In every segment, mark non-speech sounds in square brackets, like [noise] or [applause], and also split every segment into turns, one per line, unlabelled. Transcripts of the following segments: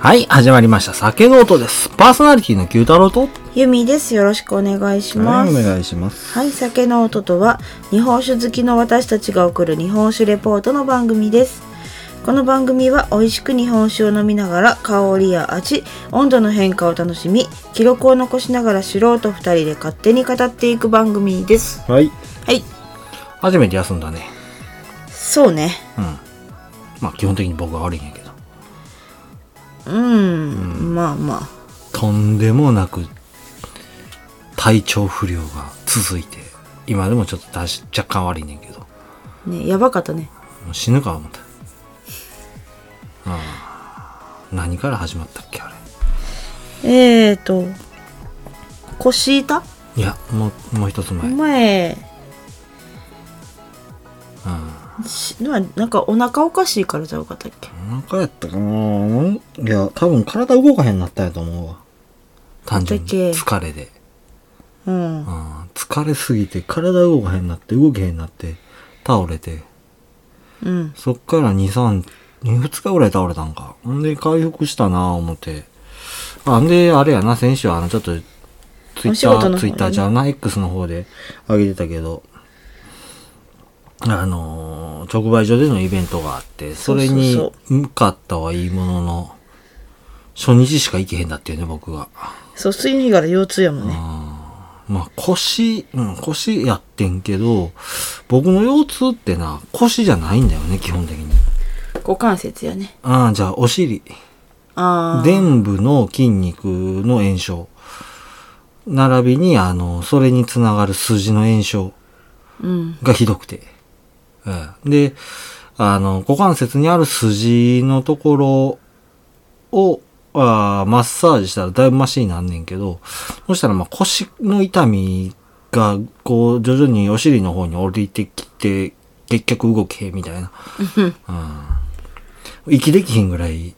はい、始まりました。酒ノートです。パーソナリティの九太郎と、
ゆみです。よろしくお願いします。
はい、お願いします。
はい、酒の音とは日本酒好きの私たちが送る日本酒レポートの番組です。この番組は美味しく日本酒を飲みながら香りや味、温度の変化を楽しみ、記録を残しながら素人2人で勝手に語っていく番組です。
はい。
はい、
初めて休んだね。
そうね。
うん。まあ、基本的に僕は悪いんやけど。
うーん、ん、まあまあ。
とんでもなく、体調不良が続いて、今でもちょっと体調若干悪いねんけど、も
ね、やばかったね。
う死ぬか思った。うん。何から始まったっけ、あれ。
えーと、腰痛
いや、もう、もう一つ前。うん。
前、しななんかお腹おかしいからじゃなかったっけ
何回やったかないや、多分体動かへんなったんやと思うわ。単純に
だっけ
疲れで。
うん。
うん疲れすぎて体動かへんなって動けへんなって倒れて
うん。
そっから23 2日ぐらい倒れたんかほんで回復したなぁ思ってあんであれやな先週あのちょっとツイ
お
ッ
仕
タ
事の方
ー
ね
ツイッターじゃない X の方で上げてたけどあのー直売所でのイベントがあってそれ
そう
に
そう
向かったはいいものの初日しか行けへんだっていうね僕が。
そう、睡眠から腰痛やもんね。
まあ腰、うん、腰やってんけど、僕の腰痛ってな、腰じゃないんだよね、基本的に。
股関節やね。
ああ、じゃあお尻。
ああ。
臀部の筋肉の炎症。並びに、あの、それにつながる筋の炎症
うん。
がひどくて。うん、で、あの、股関節にある筋のところを、あーマッサージしたらだいぶマシになんねんけど、そしたらまあ腰の痛みが、こう、徐々にお尻の方に降りてきて、結局動け、みたいな。うん。息できひんぐらい、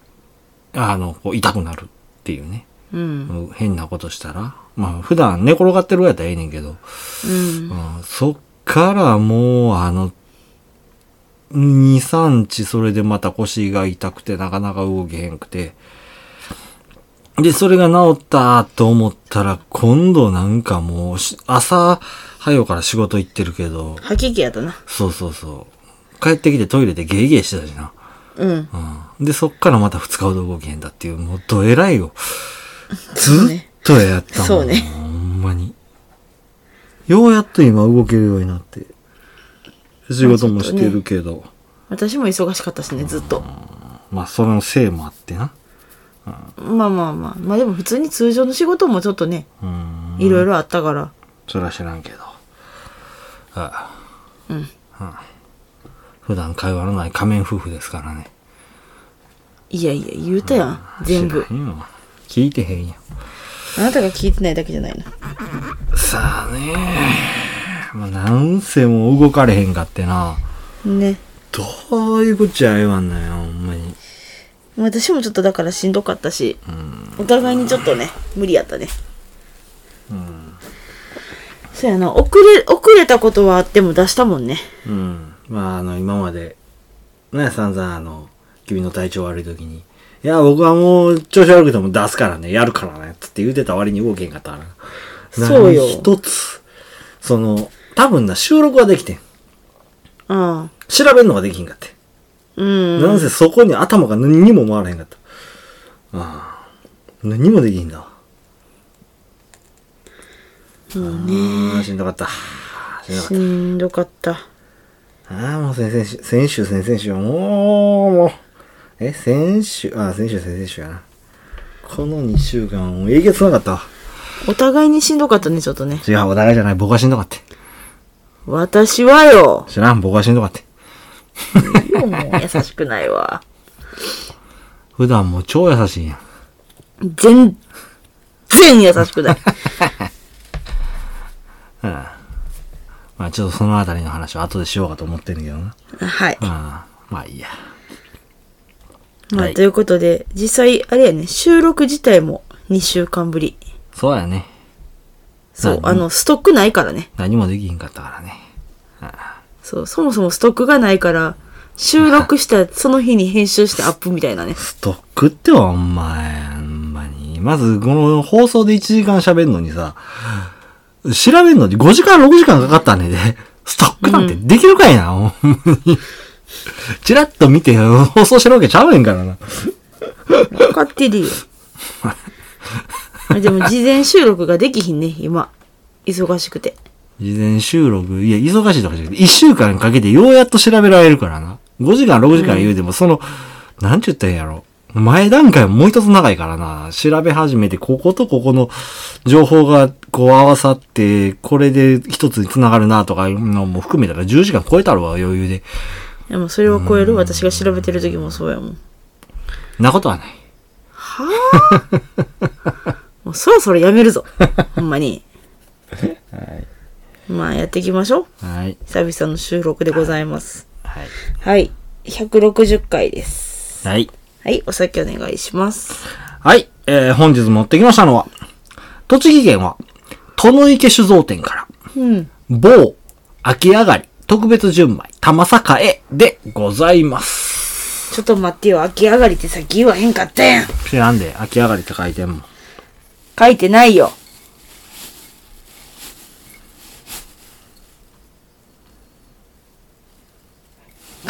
あの、こう痛くなるっていうね。
うん。
変なことしたら。まあ、普段寝転がってるやったらええねんけど、
うん。
うんそっからもうあの、2、3日それでまた腰が痛くてなかなか動けへんくて。で、それが治ったと思ったら、今度なんかもうし、朝、早うから仕事行ってるけど、
吐き気やったな。
そうそうそう。帰ってきてトイレでゲーゲーしてたしな。
うん。
うん。で、そっからまた2日ほど動けへんだっていう、もうどえらいよ。ずっとやったもん。
そうね
ほんまに。ようやっと今動けるようになって。仕事もしてるけど。
私も忙しかったしね、ずっと。
まあ、それのせいもあってな。
まあまあまあ。まあでも普通に通常の仕事もちょっとね、
うん。
いろいろあったから。
そら知らんけど。ああ
うん。
普段会話のない仮面夫婦ですからね。
いやいや、言うたやん。全部
知。らんよ。聞いてへんやん。
あなたが聞いてないだけじゃないの。
さあねまあ、なんせもう動かれへんかってな。
ね。
どういうこっちゃ言わんのよ、ほんまに。
私もちょっとだからしんどかったし、お互いにちょっとね、無理やったね。そうやな、遅れ、遅れたことはあっても出したもんね。
うん。まあ、あの、今まで、ね、散々、あの、君の体調悪い時に、いや、僕はもう、調子悪くても出すからね、やるからね、つって言うてた割に動けんかったから。
そうよ
何一つ、その、多分な、収録はできてん。
ああ。
調べるのができんかって。
うん。
なんせそこに頭が何にも回らへんかった。ああ。何もできんだわ。ああ、しんどかった。しんどかった
しんどかった。
ああ、もう先々週、先週、先々週、もう、もう、え、先週、あ、先週、先々週やな。この2週間、もうえげつなかったわ。
お互いにしんどかったね、ちょっとね。
違う、お互いじゃない、僕はしんどかって。
私はよ。
知らん、僕はしんどかって。
もう優しくないわ。
普段もう超優しいやん。
全然優しくない。
まあちょっとそのあたりの話は後でしようかと思ってんだけどな。
はい。
ああ、まあいいや。
ま
は
あ、
い
ということで、実際、あれやね、収録自体も2週間ぶり。
そうやね。
そう、
な
あの、ストックないからね。
何もできひんかったからね。
そう、そもそもストックがないから、収録したその日に編集してアップみたいなね。
ストックってはお前、ほんまに。まず、この放送で1時間喋るのにさ、調べるのに5時間6時間かかったんねんで、ストックなんてできるかいな、ほんまに。チラッと見て放送してるわけちゃうねんからな。
分かってるよ。でも事前収録ができひんね、今。忙しくて。
事前収録、いや、忙しいとかじゃなくて、1週間かけてようやっと調べられるからな。5時間、6時間言うても、その、なんちゅったらいいんやろ。前段階もう一つ長いからな。調べ始めて、こことここの情報がこう合わさって、これで一つに繋がるなとかいうのも含めたら10時間超えたるわ、余裕で。
でもそれを超える私が調べてる時もそうやもん。
なことはない。
もうそろそろやめるぞ。ほんまに。まあやっていきましょう。
はい。
久々の収録でございます。
はい。
はい。160回です。
はい。
はい。お酒お願いします。
はい。えー、本日持ってきましたのは、栃木県は、殿池酒造店から、
うん。
某、秋上がり、特別純米、玉栄でございます。
ちょっと待ってよ。秋上がりってさっき言わへんかったやん。
知らんで、秋上がりって書いてんもん。
書いてないよ。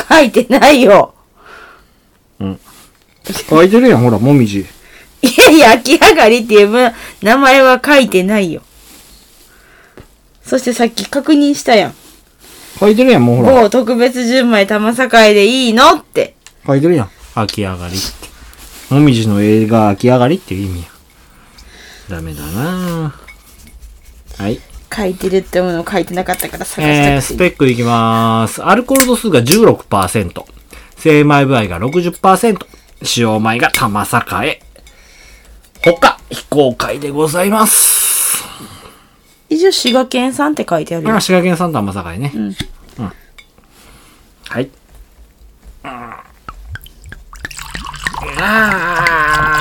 書いてないよ。
書いてるやん、ほら、もみじ。
いやいや、秋上がりっていう分名前は書いてないよ。そしてさっき確認したやん。
書いてるやん、もうほら。
某特別純米玉栄でいいのって。
書いてるやん。秋上がりって。もみじの映画、秋上がりっていう意味や。ダメだなぁはい。
書いてるってものを書いてなかったから探した
えー
く
ス
て、
ペックいきます。アルコール度数が16%、精米部合が60%、使用米が玉栄。他、非公開でございます。
一応滋賀県産って書いてある
ま
よ
あ、。滋賀県産玉栄ね。うんはい。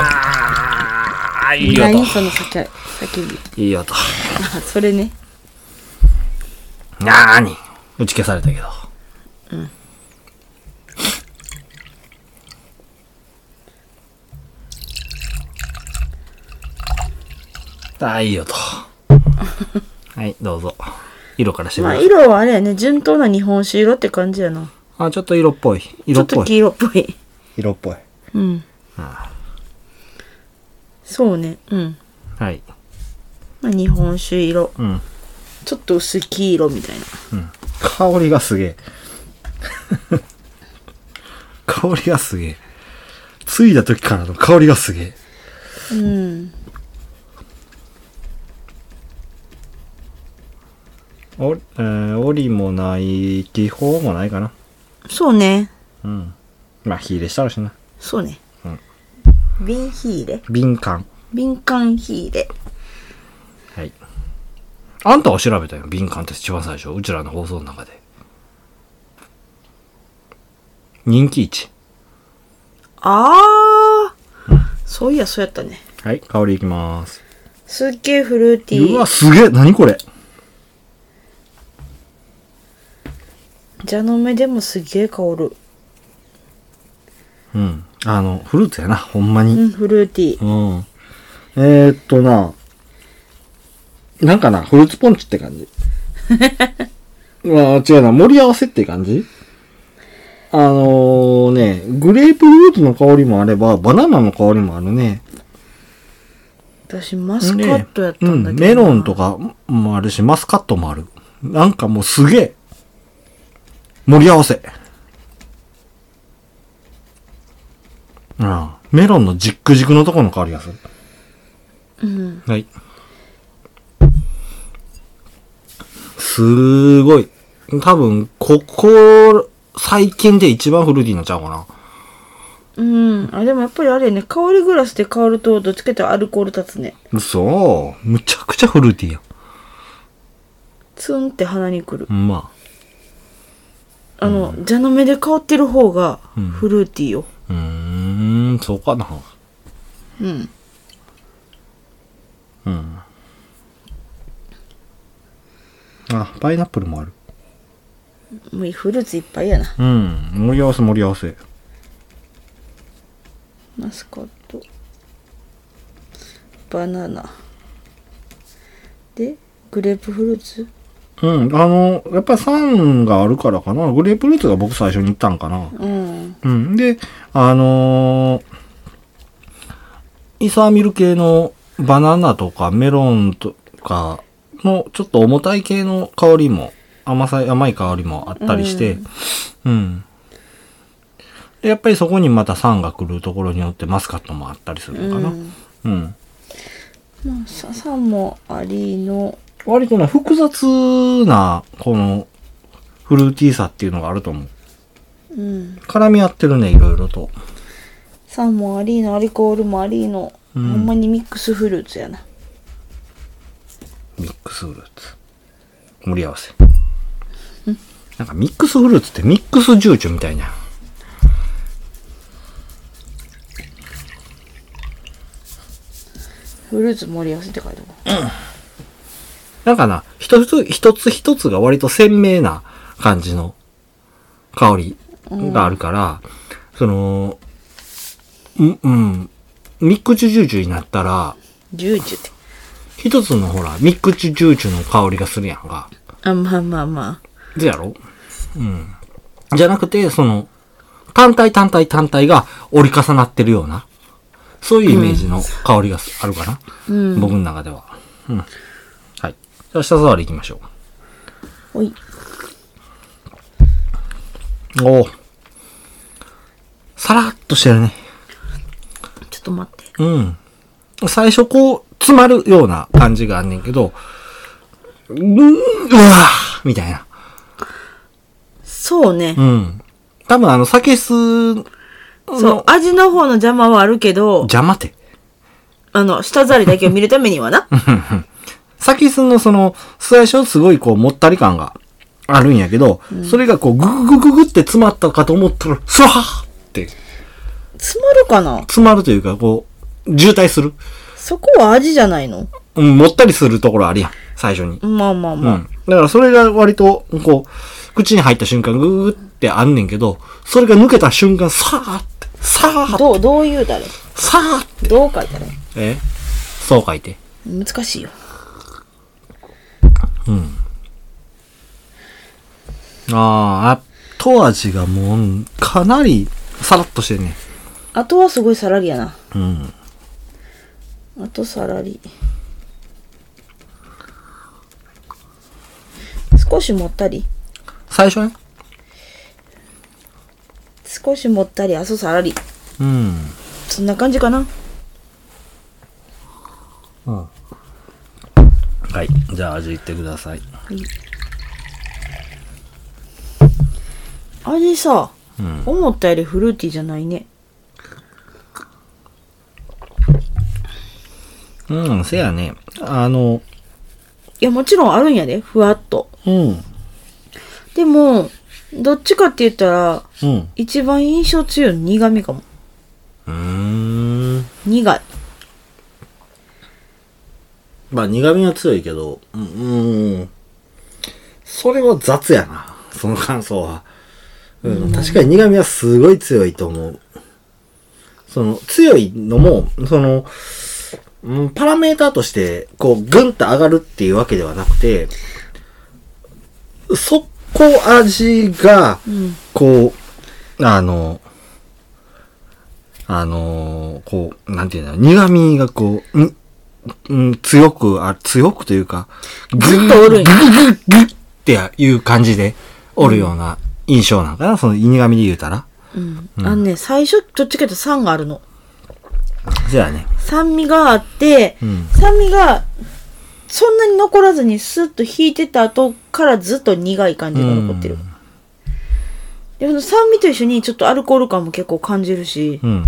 ああ、いい
何
音。
その叫叫び。
いい音。
あ、それね。
なーに。打ち消されたけど。ああ、いい音。はい、どうぞ。色からしてみ
ま
ま
あ
す。
色はあれやね、順当な日本酒色って感じやな。
あ、ちょっと色っぽい。
ち
色
ょ
っ
っ
ぽ
と
い。
黄色っぽ
[laughs]
い。
色っぽい。
うん。そうね。うん。
はい。
まあ、日本酒色。
うん。
ちょっと薄い黄色みたいな。
香りがすげえ。香りがすげえ。ついだ時からの香りがすげえ。
うん。
お、えー、折もない、気泡もないかな。
そうね。
うん。まあ、火入れしたらしな。
そうね。瓶火入れ
敏感。
敏感火入れ。
はい。あんたが調べたよ。敏感って一番最初。うちらの放送の中で。人気1。
あー。そういや、そうやったね。
はい。香りいきます。
すっげえフルーティ
うわ、
ー。
すげえ何これ
蛇の目でもすっげえ香る。
うん。あの、フルーツやな。ほんまに。
うん、フルーティー。
うん。えー、っとな、なんかな、フルーツポンチって感 [laughs] じ。まあ、違うな、盛り合わせって感じあのー、ね、グレープフルーツの香りもあれば、バナナの香りもあるね。
私、マスカットやったん
ね
だけどな、
うん、メロンとかもあるし、マスカットもある。なんかもうすげえ。盛り合わせ。ああ、メロンのジックジクのところの香りがする。
うん。
はい。すーごい。多分、ここ、最近で一番フルーティーなちゃうかな。
うん。あ、でもやっぱりあれやね、香りグラスで香ると、どっちかっていうとアルコール立つね。
嘘むちゃくちゃフルーティーやん。
ツンって鼻にくる
ほ。んま
あの、蛇の目で香ってる方が、フルーティーよ。
あ。うーん、そうかな。
うん。
うん。あ、パイナップルもある。
もうフルーツいっぱいやな
うん。盛り合わせ盛り合わせ。
マスカットバナナでグレープフルーツ
うん。あの、やっぱり酸があるからかな。グレープフルーツが僕最初に言ったんかな。
うん
うん。で、あのーイサーミル系のバナナとかメロンとかのちょっと重たい系の香りも、甘さ、甘い香りもあったりして、うん。でやっぱりそこにまた酸が来るところによってマスカットもあったりするのかな。
うん
うん
まあささもありの
割とね、複雑な、この、フルーティーさっていうのがあると思う。
うん
絡み合ってるね、いろいろと。
酸もありのアリコールもありの、
うん
ほんまにミックスフルーツやな
ミックスフルーツ。盛り合わせ。なんかミックスフルーツってミックスジューチュみたいな。
フルーツ盛り合わせって書いてある
なんかな、一つ一つ一つが割と鮮明な感じの香りがあるから、その、うん、うん、ミックスジューチュになったら、
ジュージュって
一つのほら、ミックスジューチュの香りがするやんか。
あまあまあまあ
でやろうん。じゃなくて、その、単体単体単体が折り重なってるような、そういうイメージの香りがすあるかな。
うん
僕の中では。うん。はい。じゃあ、舌触り行きましょ。
おいう
おお。さらっとしてるね。
ちょっと待って
うん。最初こう、詰まるような感じがあんねんけど、うん、うわーみたいな。
そうね、
うん。多分あの、酒酢の
そう味の方の邪魔はあるけど
邪魔って。
あの舌触りだけを見るためにはな
サキスのその、最初すごいこう、もったり感があるんやけど、それがこう、グググググって詰まったかと思ったら、スワーって、
詰まるかな
詰まるというか、こう、渋滞する。
そこは味じゃないの
うん、もったりするところあるやん、最初に。
まあまあま
う
あ、
ん。だからそれが割と、こう、口に入った瞬間、グググってあんねんけど、それが抜けた瞬間、さーって、さーって、
どうどう言うたらいい
さーって、
どう書いたらいい
えそう書いて。
難しいよ
あー、後味がもう、かなり、さらっとしてるね。
あとはすごいサラリやな
うん。
あとサラリ少しもったり
最初ね。
少しもったりあとサラリ
うん。
そんな感じかな
はい。じゃあ味いってください。
味さ、思ったよりフルーティーじゃないね
うん、せやね。あの、
いやもちろんあるんやでふわっと
うん。
でもどっちかって言ったら
うん。
一番印象強いの苦味かも
うん。
苦い
まあ苦味は強いけど、うん、うん。それは雑やな。その感想は。うん、確かに苦味はすごい強いと思う。その、強いのも、その、うん、パラメーターとして、こう、ぐんと上がるっていうわけではなくて、速攻味が、こう、あの、あのーこう、なんていうの、苦味がこう、ん、うん、強く、あ、強くというか、
ずっとおるんや
グッグッっていう感じでおるような印象なんかな、その苦味で言うたら。
うん、あのね最初どっちかっていうと酸があるの
そうやね。
酸味があって、
うん
酸味がそんなに残らずにスッと引いてた後からずっと苦い感じが残ってる、
うん
でその酸味と一緒にちょっとアルコール感も結構感じるし、
うん。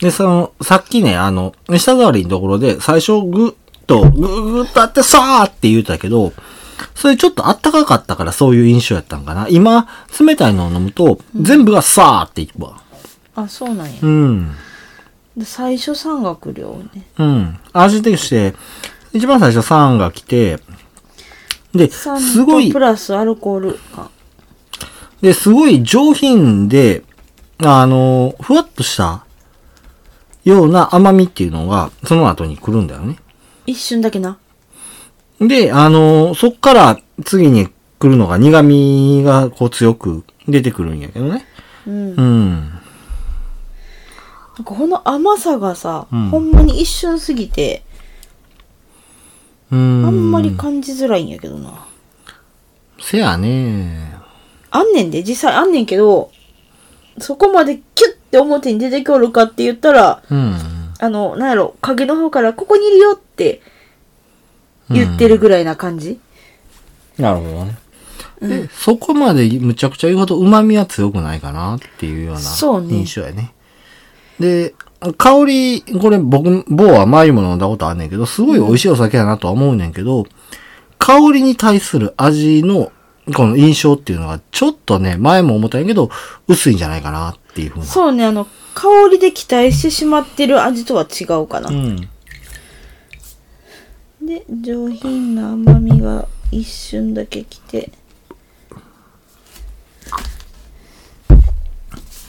で、その、さっきね、あの、舌触りのところで、最初グッと、グーグッとあって、さーって言うたけど、それちょっとあったかかったからそういう印象やったんかな。今、冷たいのを飲むと、全部がさーっていくわ。
あそうなんや、
うん。
で最初酸が来るよね
うん。味として、一番最初酸が来て、で、
酸
す
と
ごい
プ、ラスアルコール感。
で、すごい上品で、あの、ふわっとしたような甘みっていうのが、その後に来るんだよね。
一瞬だけな。
で、あの、そっから次に来るのが苦味がこう強く出てくるんやけどね。
うん。
う
なん
ん。
かこの甘さがさ、
うん
ほんまに一瞬すぎて、
うん。
あんまり感じづらいんやけどな。
せやね。
あんねんで、実際あんねんけど、そこまでキュッて表に出てくるかって言ったら、
うん。
あの、なんやろ、影の方からここにいるよって言ってるぐらいな感じ。
なるほどね。でそこまでむちゃくちゃ言うほど旨味は強くないかなっていうような
そうね
印象やね。で、香り、これ僕、某は甘いもの飲んだことあんねんけど、すごい美味しいお酒やなとは思うねんけど、香りに対する味のこの印象っていうのがちょっとね、前も思ったんやけど、薄いんじゃないかなっていうふうな。
そうね、あの、香りで期待してしまってる味とは違うかな。
うん。
で、上品な甘みが一瞬だけ来て、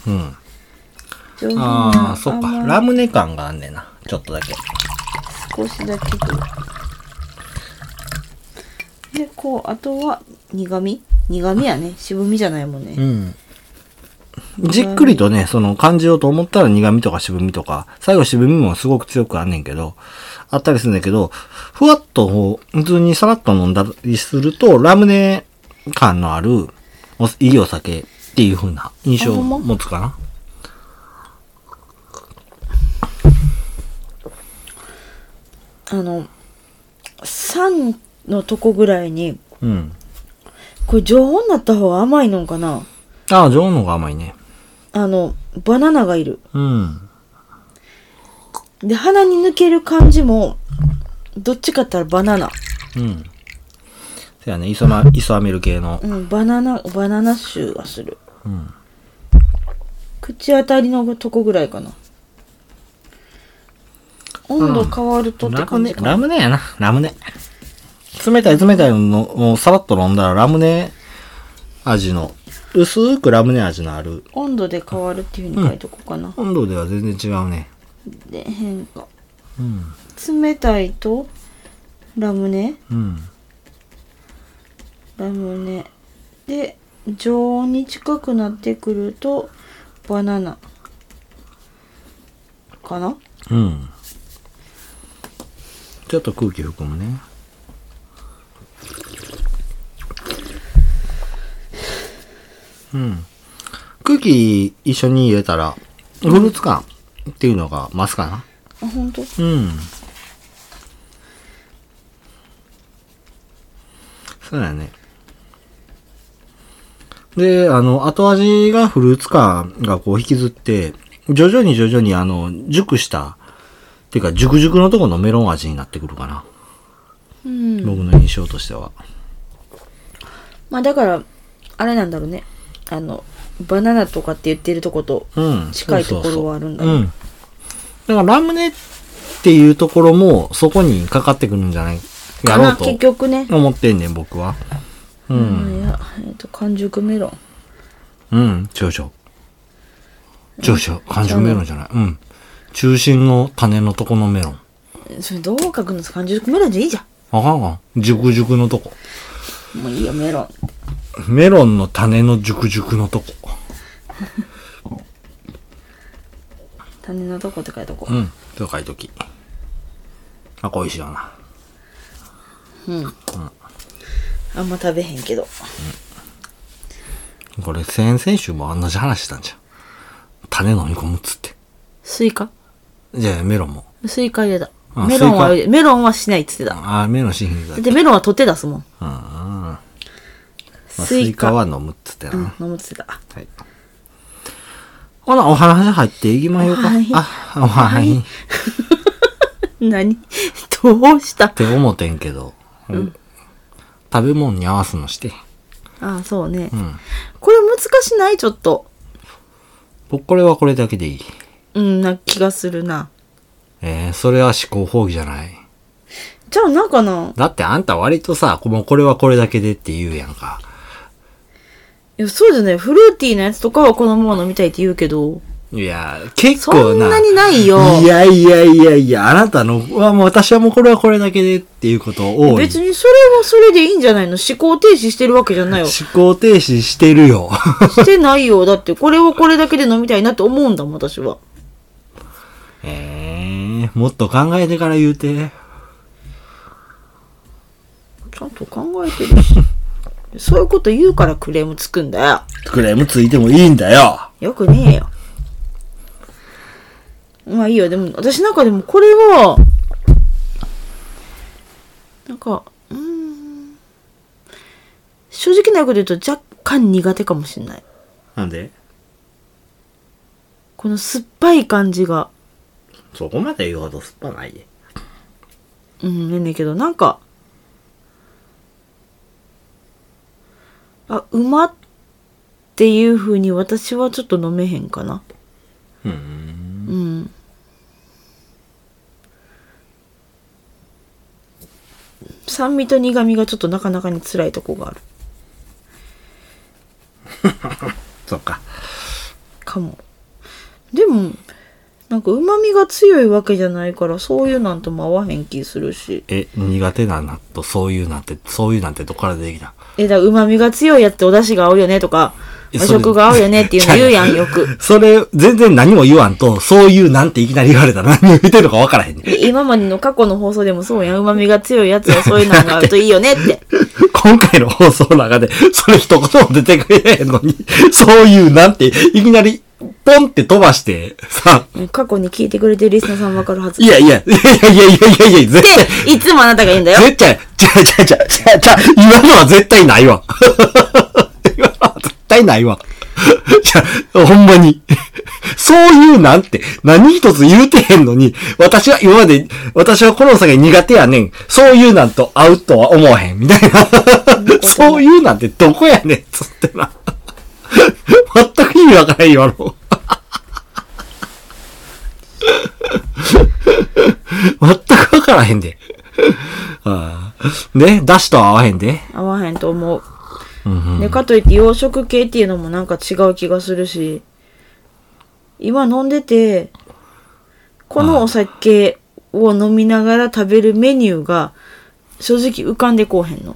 うん。
上品
あ
な
あ、そっか。
甘
ラ
み
ムネ感があんねんな。ちょっとだけ。
少しだけと。で、こう、あとは苦味苦味やね。渋みじゃないもんね。
うん。じっくりとね、その感じようと思ったら苦味とか渋みとか、最後渋みもすごく強くあんねんけど、あったりするんだけど、ふわっとこう普通にさらっと飲んだりすると、ラムネ感のあるおいいお酒っていう風な印象を
あほんま
持つかな。
あの、酸のとこぐらいに、
うん。
これ常温になった方が甘いのかな
ああ、ジョーの方が甘いね。
あの、バナナがいる。
うん。
で、鼻に抜ける感じも、どっちかって言ったらバナナ。
うん。そやね、イソナ、イソアミル系の。
うん、バナナ、バナナ臭がする。
うん。
口当たりのとこぐらいかな。温度変わるとって
ラム
感
ネ、
じかな。
ラムネやな。ラムネ。冷たい冷たいのをさらっと飲んだらラムネ味の、薄くラムネ味のある。
温度で変わるっていうふうに書いとこうかな。
温度では全然違うね。
で、変化。
うん。
冷たいと、ラムネ
うん。
ラムネ。で、常温に近くなってくると、バナナ。かな
うん。ちょっと空気含むね。うん。空気一緒に入れたら、フルーツ感っていうのが増すかな。
あ、ほんと
うん。そうだね。で、あの、後味がフルーツ感がこう引きずって、徐々に徐々にあの、熟した、っていうか、熟熟のとこのメロン味になってくるかな。
うん。
僕の印象としては。
まあだから、あれなんだろうね。あの、バナナとかって言ってるとこと、
うん。
近い
そうそうそう
ところはあるんだね
うん。だからラムネっていうところも、そこにかかってくるんじゃないや
か
ろう
な、
と
結局ね。
思ってんねん、僕は。う。
うんん。いや、えっと、完熟メロン。
うん、上昇。上昇。完熟メロンじゃない。うん。中心の種のとこのメロン。
えそれどう書くんですか完熟メロンじゃいいじゃ
あかんかん。熟熟のとこ。
ん。もういいよ、メロン。
メロンの種の熟熟のとこ。
種のとこって書いとこ
う。ん。とかいとき。あ、こういしような。
あんま食べへんけど。
これ、先々週も同じ話したんじゃん。種飲み込むっつって。
スイカ
じゃあ、メロンも。
スイカ入れた
あ。
メロンは
スイ、
メロンはしないっつってた。だ
あ、メロンしひんだ
ってメロンは取って出すもん。
うん。まあ
ス
ス
イ
イ
カ
カ
は。
は飲むっつってな。
うん、飲むっつってた。 [laughs]
はい。ほな、お話入っていきましょうか。
はい
あ、おはい。っ
何 [laughs] どうした
て思てんけど。食べ物に合わすのして。
ああ、そうね
う。ん。
これ難しないちょっと。
僕、これはこれだけでいい。
うん、な気がするな。
えー、それは思考放棄じゃない。
ちゃうなかな
だってあんた割とさ、もうこれはこれだけでって言うやんか。
いや、そうじゃない。フルーティーなやつとかはこのまま飲みたいって言うけど、
いや、結
そ
構
ん
な。
なにないよ。
いやいやいやいや、あなたの、うわもう私はもうこれはこれだけでっていうことを多い。
別にそれはそれでいいんじゃないの思考停止してるわけじゃないよ。
思考停止してるよ。 [laughs]
してないよ。だってこれをこれだけで飲みたいなって思うんだもん、私は。
えー、もっと考えてから言うて。
ちゃんと考えて
[laughs]
るし。そういうこと言うからクレームつくんだよ。
クレームついてもいいんだよ。
よくねえよ。まあいいよ。でも、私なんかでもこれは、なんか、うーん。正直なこと言うと若干苦手かもしれない。
なんで
この酸っぱい感じが、
そこまで言うほど酸っぱないで。
うん、ねんねんけど、なんか、あ、うまっていう風に私はちょっと飲めへんかな。
うん。
うん。酸味と苦味がちょっとなかなかに辛いとこがある
そっか。
かも。でも、なんか旨味が強いわけじゃないから、そういうなんとも合わへん気するし。
え、苦手なんだと、そういうなんて、そういうなんてどっから出てきた
え、だから旨味が強いやつってお出汁が合うよねとか、
え
和
それ
食が合うよねっていうの言うやん、よく。
それ、全然何も言わんと、そういうなんていきなり言われたら何を言ってるのかわからへんねん。
え今までの過去の放送でもそうやん。旨味が強いやつはそういうのが合うといいよねって。
今回の放送の中で、それ一言も出てくれへんのに、そういうなんて、いきなり、ポンって飛ばして、さ、
過去に聞いてくれてるリスナーさんわかるはず。
いやいや、いやいやいやいやいやいや、絶対、
で、いつもあなたが言うんだよ。
絶対、ちゃうちゃうちゃうちゃうちゃう、今のは絶対ないわ。 [laughs] 今のは絶対ないわ。じゃ、ほんまに。そういうなんて、何一つ言うてへんのに、私は今まで、私はこのお酒苦手やねん。そういうなんと合うとは思わへん。みたいな。そういうなんてどこやねん。つってな。全く意味わからへん今の。 [laughs] 全くわからへんで。ああで、出汁とは合わへんで。
合わへんと思う。で、かといって洋食系っていうのもなんか違う気がするし、今飲んでて、このお酒を飲みながら食べるメニューが正直浮かんでこうへんの。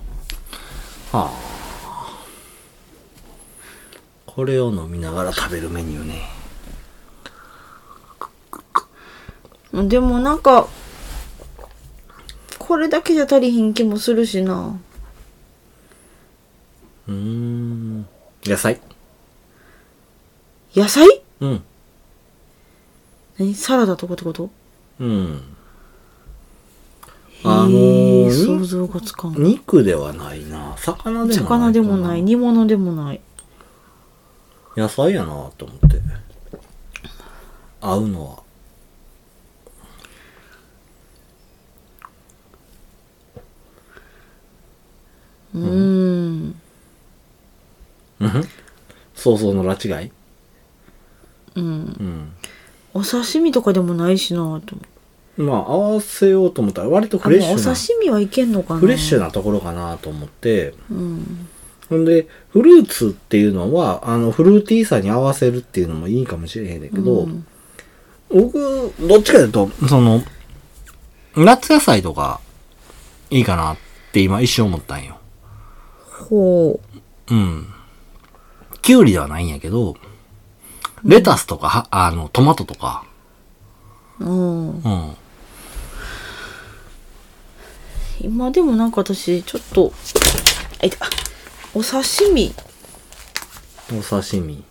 これを飲みながら食べるメニューね。
でもなんか、これだけじゃ足りひん気もするしな。
うーん。野菜。
野菜
うん。
何サラダとかってこと
うん。あの
へえ想
ー、
像がつかん。
肉ではないな。魚でもない。
魚でもない、。煮物でもない。
野菜やなと思って。合うのは。
うーん。
うん想像の拉違い
うん。
うん。
お刺身とかでもないしなぁと思って
まあ、合わせようと思ったら割と
あ
フレッ
もう
シュ
お
な。
刺身はいけんのかな
フレッシュ
な。
なところかなと思って。
うん。
ほんで、フルーツっていうのは、あの、フルーティーさに合わせるっていうのもいいかもしれへんねんけど、
うん
僕、どっちかというと、その、夏野菜とか、いいかなって今一瞬思ったんよ。
ほ
うん。きゅうりではないんやけど、レタスとか、はあの、トマトとか、
う。うん。
うん。
今でもなんか私、ちょっと、あいた。お刺身。
お刺身。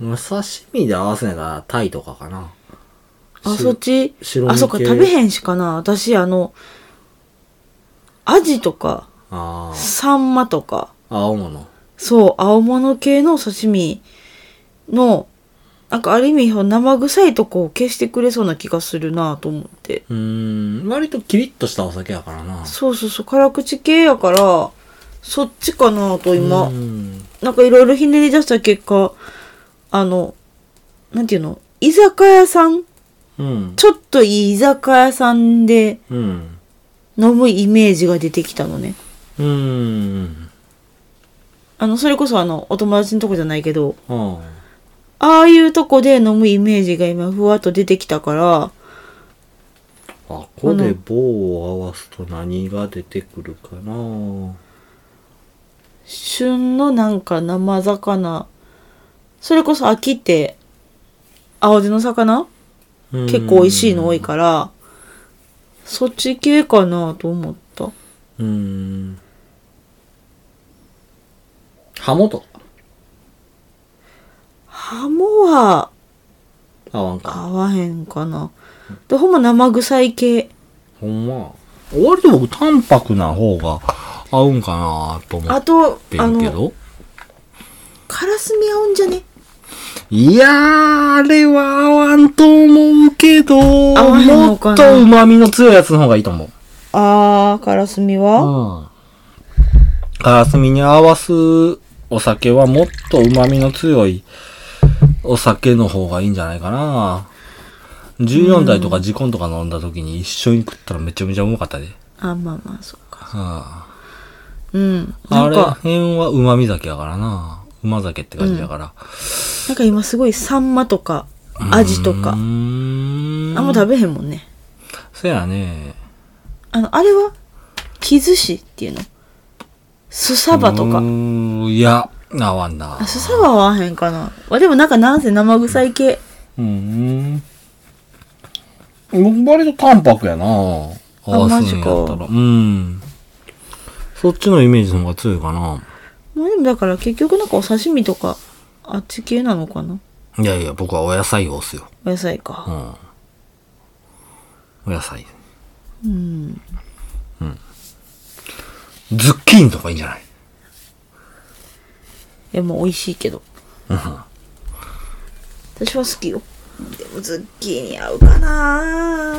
お刺身で合わせないから、タイとかかな。
あ、
し
そっち
白身系
あ、そっか、食べへんしかな。私、あの、アジとか、
あー
サンマとか、
青物。
そう、青物系の刺身の、なんかある意味、生臭いとこを消してくれそうな気がするなぁと思って。
うーん、割とキリッとしたお酒やからな。
そうそうそう、辛口系やから、そっちかなと今
う、ん。
なんかいろいろひねり出した結果、あの、なんていうの、居酒屋さん
うん。
ちょっといい居酒屋さんで
うん。
飲むイメージが出てきたのね。
うん。
あの、それこそあの、お友達のとこじゃないけど、
あ
ああいうとこで飲むイメージが今ふわっと出てきたから、
あ。あ、こで棒を合わすと何が出てくるかな
旬のなんか生魚、それこそ秋って、青手の魚結構美味しいの多いから、そっち系かなと思った。
ら。うん。ハモとか
ハモは
合わんか。
合わへんかな。で、ほんま生臭い系。
ほんま。割と僕、淡白な方が合うんかなと思
あ
っ
と、
て
あ
んけ
の、
ど。
カラスミ合うんじゃね
いやー、あれは合わんと思うけど、
わへん
も
の
っと
かな
旨味の強いやつの方がいいと思う。
あー、カラスミは
うん。カラスミに合わすお酒はもっと旨味の強いお酒の方がいいんじゃないかな。14代とかジコンとか飲んだ時に一緒に食ったらめちゃめちゃうまかったで。
あ、まあまあ、そうか。
は
うん。
あ、
な
あ
ん
れ
か、
辺は旨味酒やからな。旨酒って感じやから。
なんか今すごいサンマとか、アジと
う
か、
ーん。
あんま食べへんもんね。
そやね。
あの、あれは木寿司っていうのスサバと
う
か。
ーんいや、合わんな
あ、。スサバは合わへんかな。あでもなんかなんせ生臭い系。
うーん。僕割と淡白やな合わすんやった
あマ
ら。うん。そっちのイメージの方が強いかな。
まあでもだから結局なんかお刺身とか、あっち系なのかない
やいや、僕はお野菜を押すよ。
お野菜
う
か。
ん。お野菜。
うん。
ズッキーニとかいいんじゃない
いや、もう美味しいけど。私は好きよ。でもズッキーニ合うかな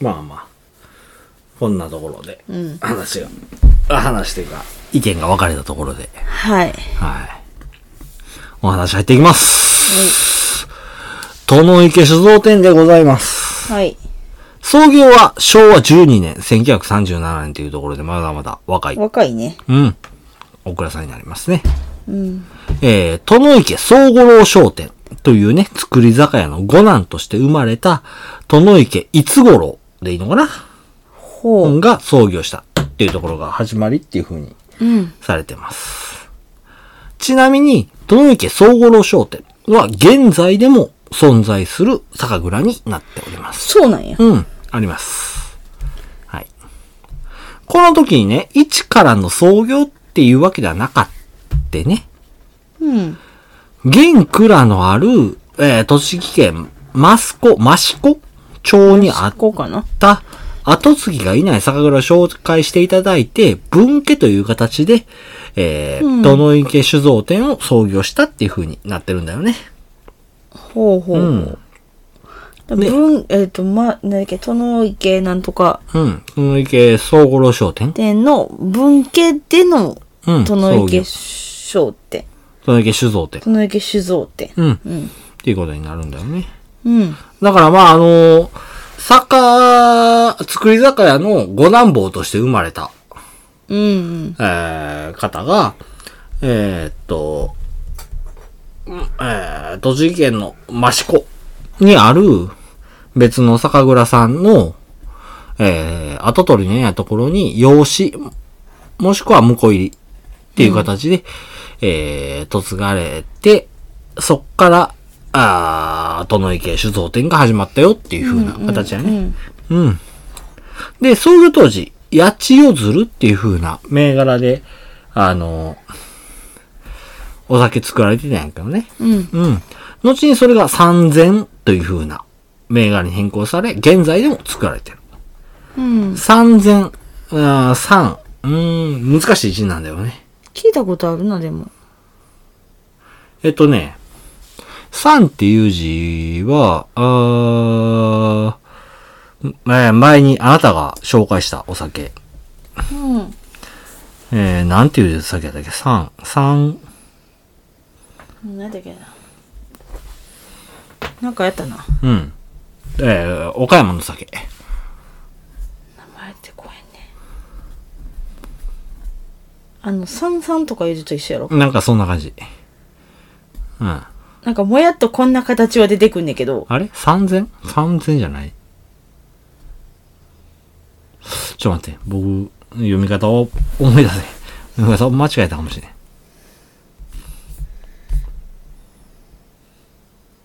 まあまあ。こんなところで、
ん
話が、あ話というか、意見が分かれたところで、
はい。
はい。お話入っていきます。殿池酒造店でございます。
はい。
創業は昭和12年、1937年というところで、まだまだ若い、
若いね。
うん、お蔵さんになりますね。
うん。
えー、殿池総五郎商店というね、作り酒屋の五男として生まれた、殿池いつ五郎でいいのかな
ほう。
本が創業したっていうところが始まりっていう風に
うん。
されてます。ちなみに、殿池総五郎商店は現在でも存在する酒蔵になっております。
そうなんや。
うん、あります。はい。この時にね、一からの創業っていうわけではなかったね。
うん。
現蔵のある、えー、栃木県、益子、益子町にあっ
こうかな。
た、後継ぎがいない酒蔵を紹介していただいて、分家という形で、えー、
うん
殿池酒造店を創業したっていう風になってるんだよね。
ほうほう。
うん。ね
文、えっ、と、ま、なんだっけ、殿池なんとか
うん。殿池総五郎商店。
店の文家での
うん。
殿
創
池
業
商店。
殿池酒造店。
殿池酒造店。
うん。
うん。
っていうことになるんだよね。
うん。
だからまああの酒、作り酒屋の五男坊として生まれた、
うん。うん。
えー方が、えーっと、うんえー栃木県の益子にある別の酒蔵さんの、えー、後取りのようなところに養子、もしくは婿入りっていう形で、えー、嫁がれて、そっから、あー、殿池酒造店が始まったよっていう風な形だね。
うん。
うん。で、創業当時、八千代鶴っていう風な銘柄で、あの、お酒作られてたんやけどね。
うん。
うん。後にそれが3000という風な銘柄に変更され、現在でも作られてる。
うん。
3000、あー3、うーん、難しい字なんだよね。
聞いたことあるな、でも。
えっとね、3っていう字は、あーえー前にあなたが紹介したお酒。
うん。
えー、なんていう酒やったっけ三三
なんだっけな。なんかやったな。
うん。えー岡山の酒。
名前ってこえんねあのさんさんとかいう字と一緒やろ
なんかそんな感じ。うん。
なんかもやっとこんな形は出てくんねんけど
あれ ?3000?3000 じゃないちょっと待って。僕、読み方を思い出せ。読み方を間違えたかもしれん。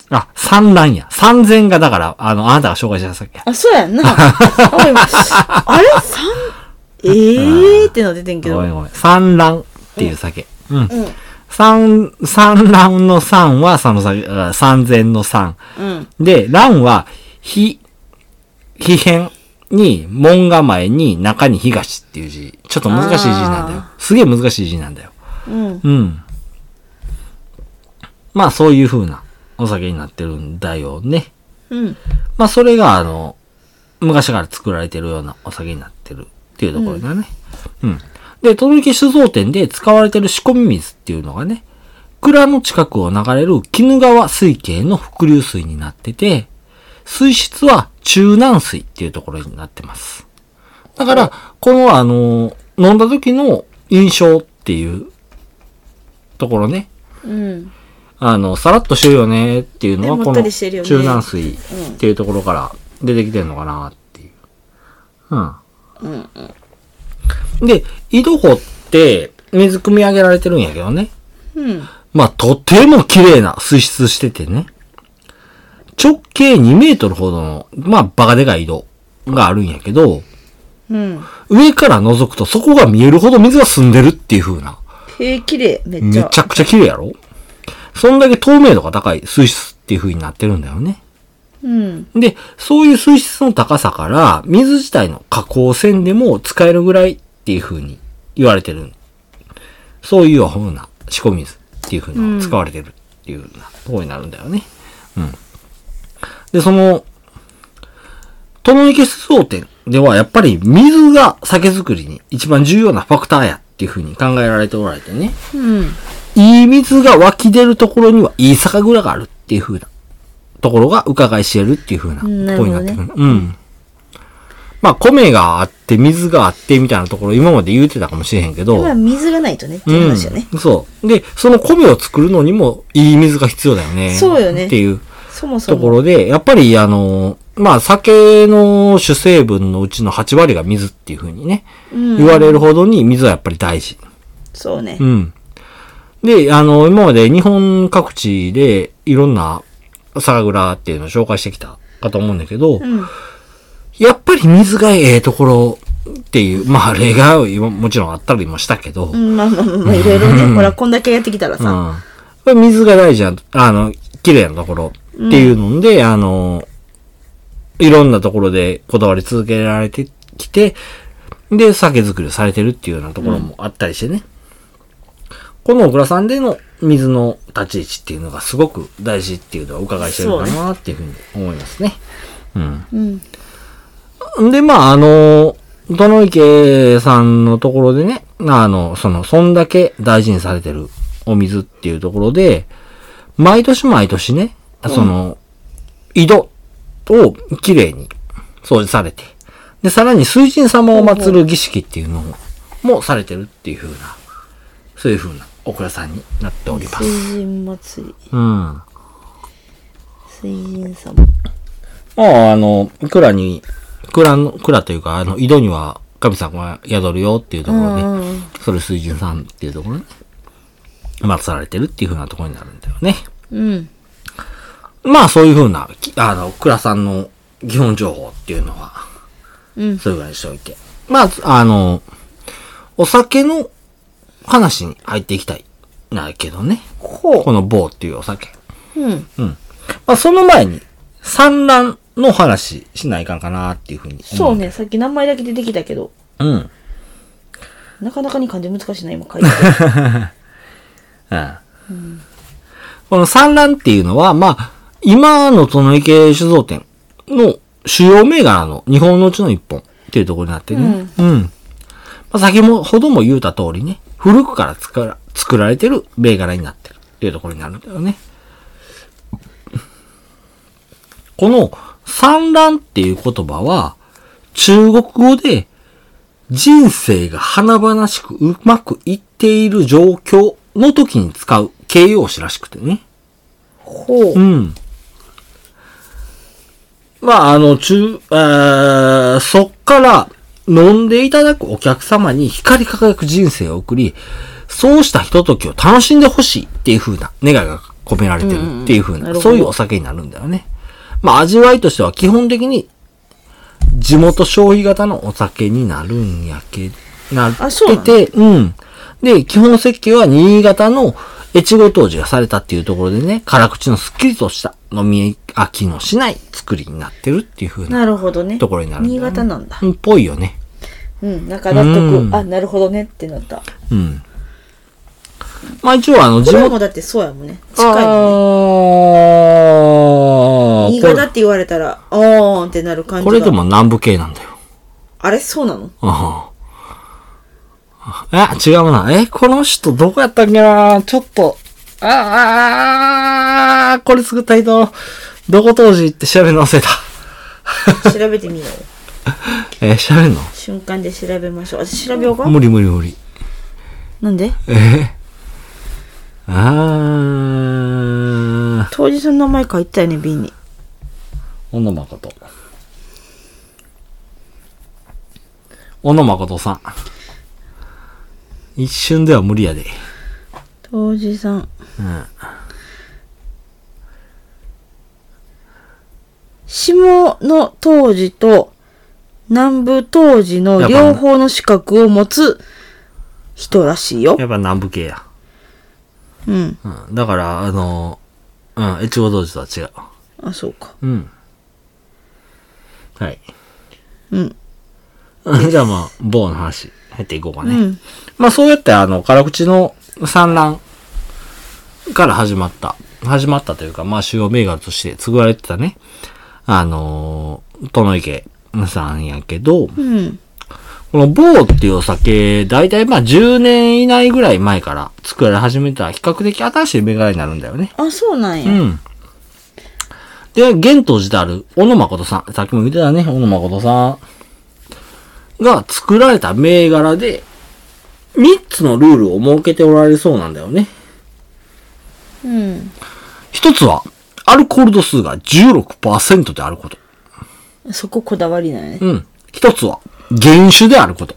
あ、三段や。三千がだから、あの、あなたが紹介したさっきや。
あそうやん
[laughs]
なおいあれさんええー、っての出てんけど
ごめんごめん。三乱っていう酒。うん。
うん
三、三乱の三は、その酒、あ三千の三。
うん
で、乱は、ひ、ひ変に、門構えに、中に東っていう字。ちょっと難しい字なんだよ。すげえ難しい字なんだよ。
うん
うん。まあ、そういう風なお酒になってるんだよね。
うん
まあ、それが、あの、昔から作られてるようなお酒になってるっていうところだね。うん。で、とど酒酒造店で使われてる仕込み水っていうのがね、蔵の近くを流れる鬼怒川水系の伏流水になってて、水質は中南水っていうところになってます。だから、このあの、飲んだ時の印象っていうところね、
うん
あの、さらっとしてるよねっていうのは、
ね
こ
もっ
の
たりしてるよね
中南水っていうところから出てきてるのかなっていう。うん。で、井戸掘って水汲み上げられてるんやけどね。
うん
まあ、とても綺麗な水質しててね。直径2メートルほどの、まあ、バカでかい井戸があるんやけど、
うん
上から覗くとそこが見えるほど水が澄んでるっていう風な。
へえ綺麗めっち
め
ゃ
ちゃくちゃ綺麗やろそんだけ透明度が高い水質っていう風になってるんだよね。
うん
で、そういう水質の高さから、水自体の加工線でも使えるぐらいっていう風に言われてる。そういう風な仕込み水っていう風なのが使われてるっていう風なところになるんだよね。うん。で、その、トノ池酒造店ではやっぱり水が酒造りに一番重要なファクターやっていう風に考えられておられてね。
うん
いい水が湧き出るところには、いい酒蔵があるっていう風なところが伺い知れるっていう風なとこ
うん
ろになってくる。うん。まあ、米があって、水があって、みたいなところ、今まで言うてたかもしれへんけど。
まあ水がないとねっていう話よね、
うん。そう。で、その米を作るのにも、いい水が必要だよね。
そうよね
っていう
そもそ
と
も
ころで、やっぱり、あの、まあ、酒の主成分のうちの8割が水っていう風にね、
うん
言われるほどに水はやっぱり大事。
そうね
うん。で、あの、今まで日本各地でいろんな酒蔵っていうのを紹介してきたかと思うんだけど、
うん
やっぱり水がええところっていう、まあ例外は今もちろんあったりもしたけど、
う
うん。
ん、まあまあまあまあ、いろいろね、ほら、こんだけやってきたらさ、
やっぱり水が大事な、あの、綺麗なところっていうので、あの、いろんなところでこだわり続けられてきて、で、酒造りをされてるっていうようなところもあったりしてね。この小倉さんでの水の立ち位置っていうのがすごく大事っていうのはお伺いしてるかなっていうふうに思いますね。
うん、
んで、まあ、あの、どの池さんのところでね、あの、その、そんだけ大事にされてるお水っていうところで、毎年毎年ね、その、井戸をきれいに掃除されて、で、さらに水神様を祀る儀式っていうのも、もされてるっていう風な、そういう風なお蔵さんになっております。
水神祭り、
うん。
水神様。
まあ、あの、蔵に、蔵の、蔵というか、あの、井戸には神様が宿るよっていうところで、
うんうん
それ水準さんっていうところに、祀られてるっていう風なところになるんだよね。
うん、
まあ、そういう風な、きあの、蔵さんの基本情報っていうのは、
うん、
そういうぐらいにしておいて。まあ、あの、お酒の話に入っていきたい。なけどね。この棒っていうお酒。
うん、
まあ、その前に、産卵の話しないかんかなっていう風に。
そう。ね、さっき名前だけ出てきたけど、
うん。
なかなかに漢字難しいな、今
[laughs]
書いて
うんこの産卵っていうのは、まあ、今のその池酒造店の主要銘柄の日本のうちの一本っていうところになってるね。うん。まあ、先もほども言うた通りね、古くから作ら作られてる銘柄になってるっていうところになるんだよね。この産卵っていう言葉は、中国語で人生が華々しくうまくいっている状況の時に使う形容詞らしくてね。
ほ
う
う。
ん。まあ、あの、中、えー、そっから飲んでいただくお客様に光り輝く人生を送り、そうしたひとときを楽しんでほしいっていう風な願いが込められてるっていう風
うんうんな
な、
るほど
そういうお酒になるんだよね。まあ、味わいとしては基本的に地元消費型のお酒になるんやけ、なっ
あそうな
てて、うん。で、基本設計は新潟の越後当時がされたっていうところでね、辛口のスッキリとした飲み飽きのしない作りになってるっていう風な
なるほどね。
ところになるんだ
新
よね
潟なんだ。
うんっぽいよね。
うん、なんか納得。
うん
あ、なるほどねってなった。
うん。まあ一応あの地
これ
元、
もだってそうやもんね。近いもんね。
あー
新潟って言われたら、あーんってなる感じ
こ
が。
れこれでも南部系なんだよ。
あれそうなの
ああ、違うな。え、この人どこやったっけなちょっと、あああああ、これ作った人、どこ当時って調べ直せた。
調べてみよ
[laughs]
う。
えー、調べんの
瞬間で調べましょう。あ、調べようか
無理無理無理。
なんで
えー、ああ、
当時その名前書いてたよね、瓶に。
小野誠。小野誠さん。一瞬では無理やで。
当時さん。下の当時と南部当時の両方の資格を持つ人らしいよ。
やっぱ南部系や。
うん。
うん、だから、あの、うん、越後道寺とは違
あ、そうか。
う。うん。はい。
うん。
[laughs] じゃあまあ、某の話、入っていこうか
う
ね。
ん。
まあそうやって、あの、辛口の産卵から始まった。始まったというか、まあ主要銘柄として作られてたね。あのー、殿池さんやけど、
うん。
この某っていうお酒、だいたいまあ10年以内ぐらい前から作られ始めた比較的新しい銘柄になるんだよね。
あ、そうなんや。
うん。で、現当時である、小野誠さん。さっきも言ってたね、小野誠さん。が作られた銘柄で、3つのルールを設けておられそうなんだよね。
うん。
1つは、アルコール度数が16%であること。
そここだわりなんやね。
うん。1つは、原酒であること。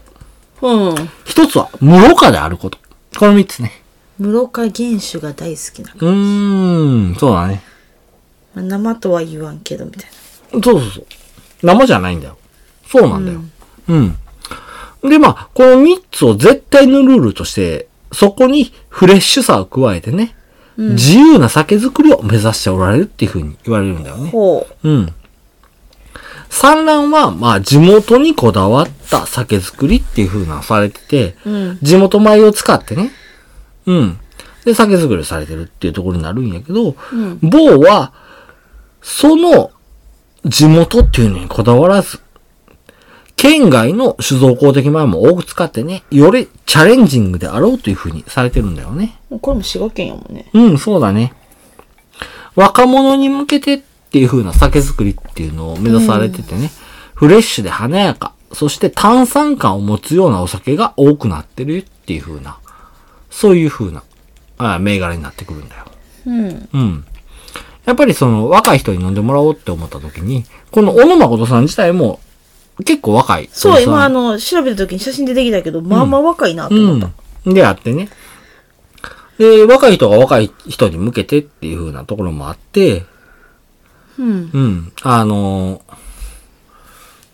うん。
1つは、無ろ過であること。この3つね。
室岡原酒が大好きな。
うーん、そうだね。
まあ生とは言わんけど、みたい
そうそうそう。生じゃないんだよ。そうなんだよ。うん。で、まあ、この3つを絶対のルールとして、そこにフレッシュさを加えてね、自由な酒造りを目指しておられるっていうふうに言われるんだよ
な。
ね。
ほ
うん。産卵は、まあ、地元にこだわった酒造りっていう風なのをされてて、
う。うん。
地元米を使ってね。うん。で、酒造りをされてるっていうところになるんやけど、
うん
某は、その地元っていうのにこだわらず、県外の酒造公的米も多く使ってね、よりチャレンジングであろうというふうにされてるんだよね。
これも滋賀県やもんね。
うん、そうだね。若者に向けてっていう風な酒造りっていうのを目指されててね、フレッシュで華やか、そして炭酸感を持つようなお酒が多くなってるっていう風な、そういう風な、あ銘柄になってくるんだよ。
うん。
うん。やっぱりその若い人に飲んでもらおうって思った時に、この小野誠さん自体も結構若い。
そう、
お
今、あ
じ
の、調べた時に写真出てきたけど、まあまあ若いなと
さん
思った。
うん。であってね。で、若い人が若い人に向けてっていう風なところもあって、
うん。
うん。あのー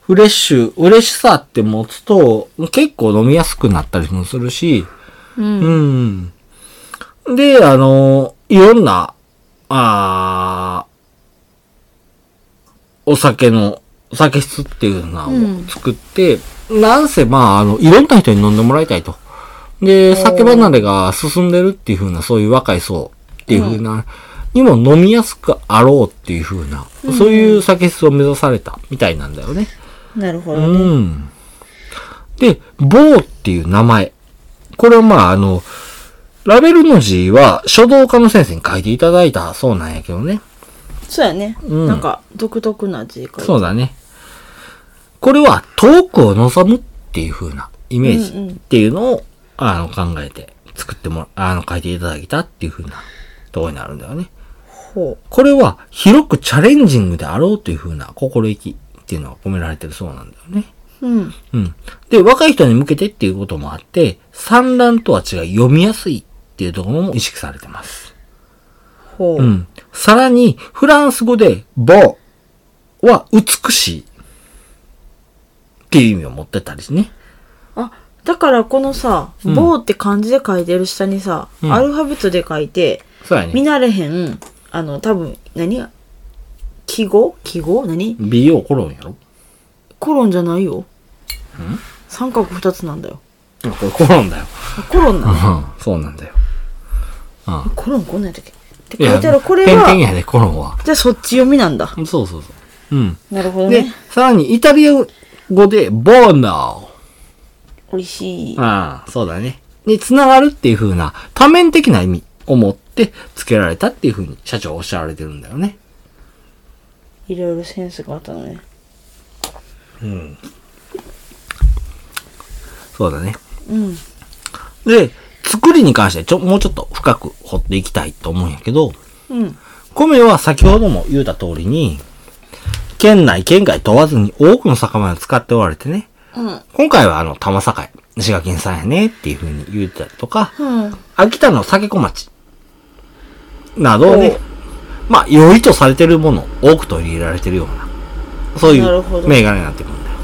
フレッシュ、フレッシュさって持つと、結構飲みやすくなったりもするし、
うん。
うん。で、あのーいろんな、あーお酒の、酒質っていうの
うん
を作って、なんせ、まあ、あの、いろんな人に飲んでもらいたいと。で、酒離れが進んでるっていう風な、そういう若い層っていう風な、にも飲みやすくあろうっていう風な、そういう酒質を目指されたみたいなんだよね。
なるほどね。
うん。で、某っていう名前。これはまあ、あの、ラベルの字は書道家の先生に書いていただいたそうなんやけどね。
そうやね、
うん
なんか独特な字か
そうだね。これは遠くを望むっていう風なイメ
うんう
ー
ん
ジっていうのを、あの考えて作ってもら、あの書いていただいたっていう風なところになるんだよね。
ほ
これは広くチャレンジングであろうという風な心意気っていうのが込められてるそうなんだよね。
ううん
うん。で、若い人に向けてっていうこともあって、産卵とは違い読みやすいっていうところも意識されてます。
ほう、
うん。さらに、フランス語で、ボは美しい。っていう意味を持ってたりね。
あだからこのさ「
うん
棒」って漢字で書いてる下にさ、
うん
アルファベットで書いて
そうや
見
ね。
慣れへんあの多分何記号記号何
美容コロンやろ
コロンじゃないよ三角二つなんだよ
あこれコロンだよ。
あコロンなの
うん。そうなんだよ。うん。
コロンこんなんやったっけって書いてあるこれ
ペン
が
ペンやで、コロンは。
じゃあそっち読みなんだ
そうそうそう。うん。
なるほど
で
ね、
さらに、イタリア語で、ボーノ
美味しい
ああ、そうだね。に繋がるっていう風な、多面的な意味を持って付けられたっていう風に社長はおっしゃられてるんだよね。
いろいろセンスがあったのね
そうだね。
うん
で、作りに関してちょ、もうちょっと深く掘っていきたいと思うんやけど、
うん
米は先ほども言うた通りに、県内、県外問わずに多くの酒米を使っておられてね、
うん
今回はあの、玉境、滋賀県産やねっていう風に言うたりとか、
うん
秋田の酒小町などをね
お、
まあ、良いとされてるものを多く取り入れられてるような、そうい
なるほ
う
ど
銘柄になってくるんだよ。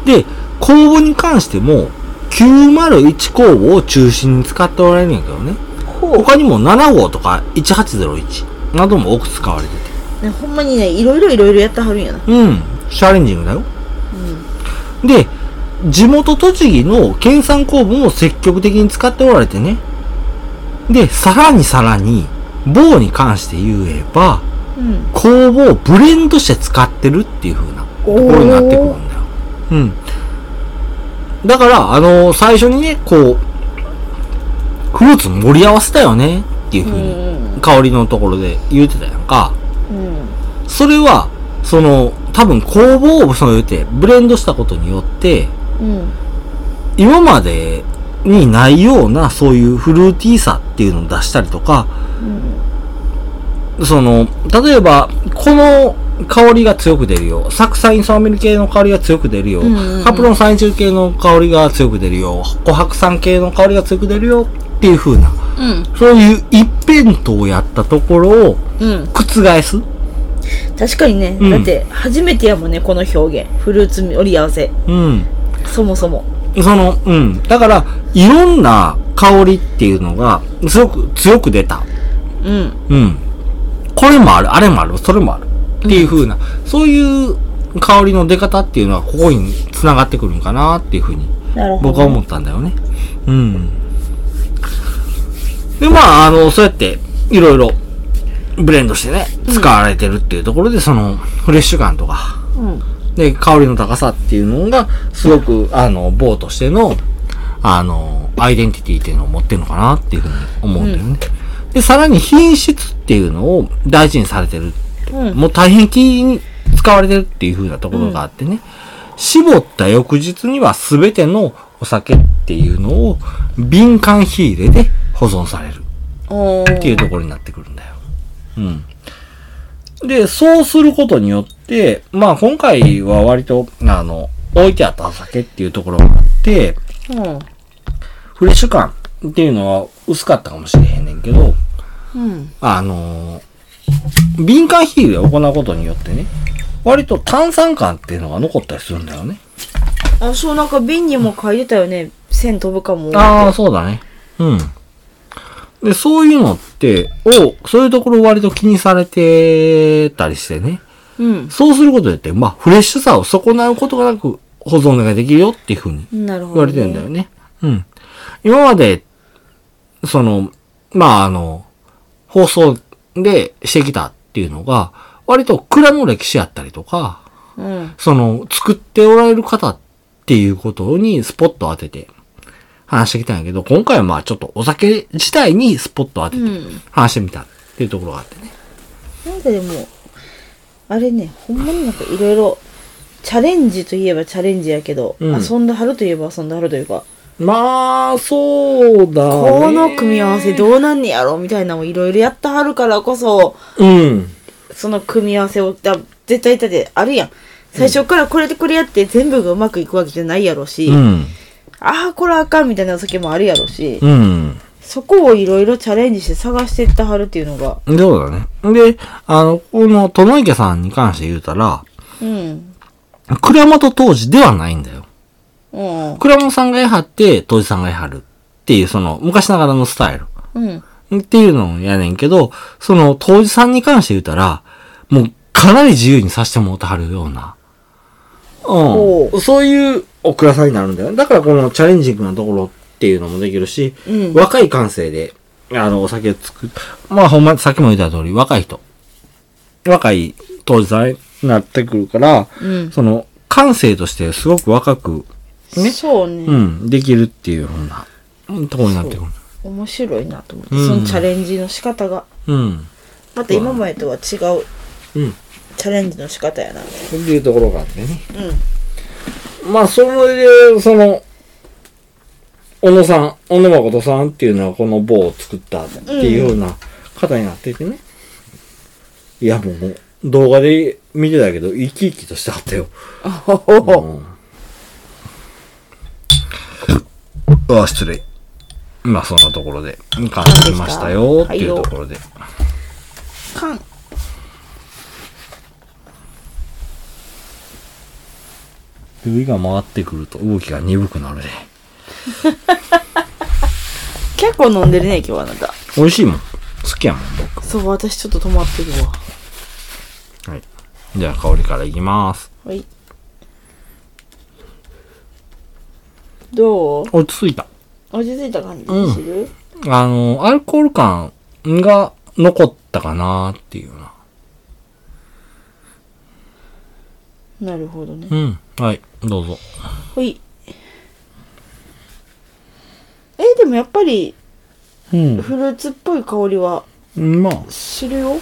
うん。で、酵母に関しても、901酵母を中心に使っておられるんやけどね。
ほう
他にも7号とか1801なども多く使われてて。
ねほんまにねいろいろいろいろやってはるんやな
うん、チャレンジングだよ。で、地元栃木の県産工房も積極的に使っておられてね。で、さらにさらに、棒に関して言えば、
うん
工房をブレンドして使ってるっていう風なところになってくるんだよ。うん。だから、あの最初にね、こう、フルーツ盛り合わせたよねっていう風
うんう
に、香りのところで言うてたやんか。
うん
それは、その、多分工房をその言うて、ブレンドしたことによって、
うん
今までにないようなそういうフルーティーさっていうのを出したりとか、その、例えば、この香りが強く出るよ。サクサインサーメル系の香りが強く出るよ。
うんうんうん
カプロンサイン中系の香りが強く出るよ。琥珀酸系の香りが強く出るよ。っていう風な、
うん
そういう一辺倒をやったところを
うん
覆す。
確かにね、
うん
だって初めてやもんねこの表現フルーツ折り合わせ
うん。
そもそも
その、うん。だから、いろんな香りっていうのが、すごく強く出た。
うん
うん。これもある、あれもある、それもある。っていう風な、そういう香りの出方っていうのは、ここに繋がってくるんかなっていう風に、
なるほど
僕は思ったんだよね。うん。で、まあ、あの、そうやって、いろいろ、ブレンドしてね、使われてるっていうところで、その、フレッシュ感とか、
うん
で、香りの高さっていうのが、すごく、あの、棒としての、あの、アイデンティティっていうのを持ってるのかなっていうふうに思うんだよね。で、さらに品質っていうのを大事にされてる。
うん
もう大変気に使われてるっていうふうなところがあってね。絞った翌日には全てのお酒っていうのを敏感火入れで保存される。
おー
っていうところになってくるんだよ。うん。で、そうすることによって、まあ今回は割と、あの、置いてあった酒っていうところもあって、
うん
フレッシュ感っていうのは薄かったかもしれへんねんけど、
うん
あのー敏感火入れを行うことによってね、割と炭酸感っていうのが残ったりするんだよね。
あそうなんか瓶にも書いてたよね線飛ぶかも
ああ、そうだね。うん。で、そういうのって、を、そういうところ割と気にされてたりしてね。
うん
そうすることによって、まあ、フレッシュさを損なうことがなく保存ができるよっていうふうに
な
言
るほど、ね、
われてるんだよね。うん。今まで、その、まあ、あの、放送でしてきたっていうのが、割と蔵の歴史やったりとか、
うん
その、作っておられる方っていうことにスポットを当てて話してきたんやけど、今回はまあちょっとお酒自体にスポットを当て
う
て
ん
話してみたっていうところがあってね。
なんかでもあれねほんまになんかいろいろチャレンジといえばチャレンジやけど、
うん
遊んだはるといえば遊んだはるというか、
まあ、そうだ、ね。
この組み合わせどうなんねやろみたいなのをいろいろやったはるからこそ
うん。
その組み合わせをだ絶対だってあるやん最初からこれでこれやって全部がうまくいくわけじゃないやろし、
うん。
ああこれあかんみたいな時もあるやろし、
うん。
そこをいろいろチャレンジして探していったはるっていうのが
そうだね。で、あの、この、ともいけさんに関して言うたら、
うん
倉本当時ではないんだよ。
うん
倉本さんがやはって、当時さんがやはるっていう、その、昔ながらのスタイル。
うん
っていうのをやねんけど、その、当時さんに関して言うたら、もう、かなり自由にさせてもうてはるような。
ほ
うん。そういうお蔵さんになるんだよね。だからこのチャレンジングなところっていうのもできるし、
うん
若い感性で、あの、お酒を作る。まあほんま、さっきも言った通り、若い人。若い当時さんになってくるから、
うん
その、感性としてすごく若く、ね
そうね、
うん、できるっていうような、うんところになってくる。
面白いなと思って、
うん
そのチャレンジの仕方が
うん。
また今までとは違う
うん。
チャレンジの仕方やな
っていうところがあってね。
う
まあ、それで、その、小野さん、小野誠さんっていうのはこの棒を作ったっていうような方になっててね。いや、もう、動画で見てたけど、生き生きとしてはったよ。うんうわ、失礼。まあ、そんなところで、感じましたよっていうところで。
ん [laughs] かん
首が回ってくると動きが鈍くなるで。
結構飲んでるね今日はあなた
美味しいもん。好きやもん、僕。
そう私ちょっと止まってるわ
はい。じゃあ香りからいきます。
はいどう
落ち着いた。
落ち着いた感じ
うん
する、
あの、アルコール感が残ったかなっていうな。
なるほどね
うん。はい。どうぞ。
ほいえでもやっぱり
う
フルーツっぽい香りは
ん。まあ。
するよ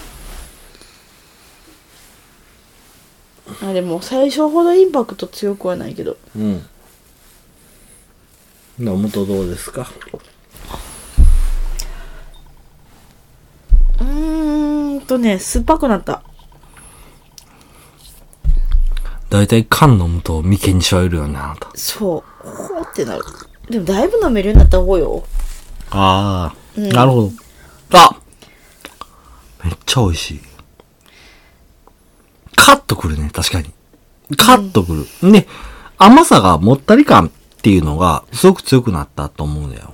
あでも最初ほどインパクト強くはないけど
うん。野本どうですか
うーんとね酸っぱくなった
だいたい缶飲むと眉間にしわ寄るよね、あなた。
そうほーってなるでもだいぶ飲めるようになった方よ
ああ、
うん
なるほど。あめっちゃ美味しい。カッとくるね、確かに。カッとくる。で、甘さがもったり感っていうのがすごく強くなったと思うんだよ。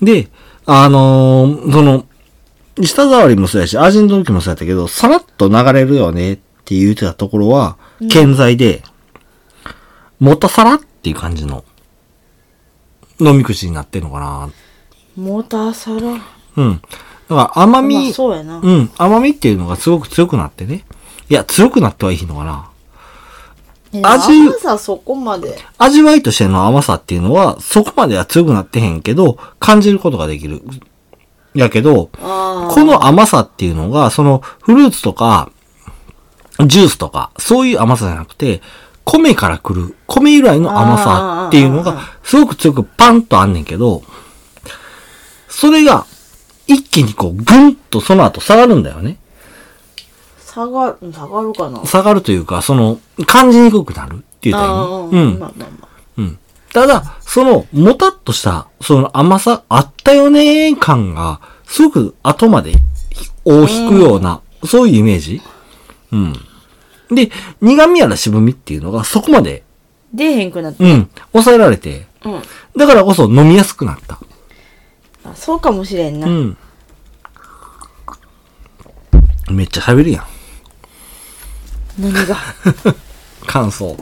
で、あのーその、舌触りもそうやし、味の時もそうやったけど、さらっと流れるよねって言ってたところは、健在で、もたさらっていう感じの飲み口になってるのかな。
モーターサラ
うん。だから甘み、
まあそうやな
うん、甘みっていうのがすごく強くなってね。いや、強くなってはいいのかな。
え
味
甘さそこまで
味わいとしての甘さっていうのは、そこまでは強くなってへんけど、感じることができる。やけど、
ああ
この甘さっていうのが、そのフルーツとか、ジュースとか、そういう甘さじゃなくて、米から来る、米由来の甘さっていうの
あーあー
が、すごく強くパンとあんねんけど、それが、一気にこう、ぐんとその後下がるんだよね。
下がる下がるかな
下がるというか、その、感じにくくなるっていう点、ね。
あ
う
ー
ん
ま。あまあまあ
うん。ただ、その、もたっとした、その甘さ、あったよねー感が、すごく後まで、を引くような、そういうイメージ。うん。で、苦味やら渋みっていうのが、そこまで、
出えへんくなった
うん、抑えられて、
うん
だからこそ飲みやすくなった。
あそうかもしれんな、
うん。めっちゃ喋るやん。
何が
感想。う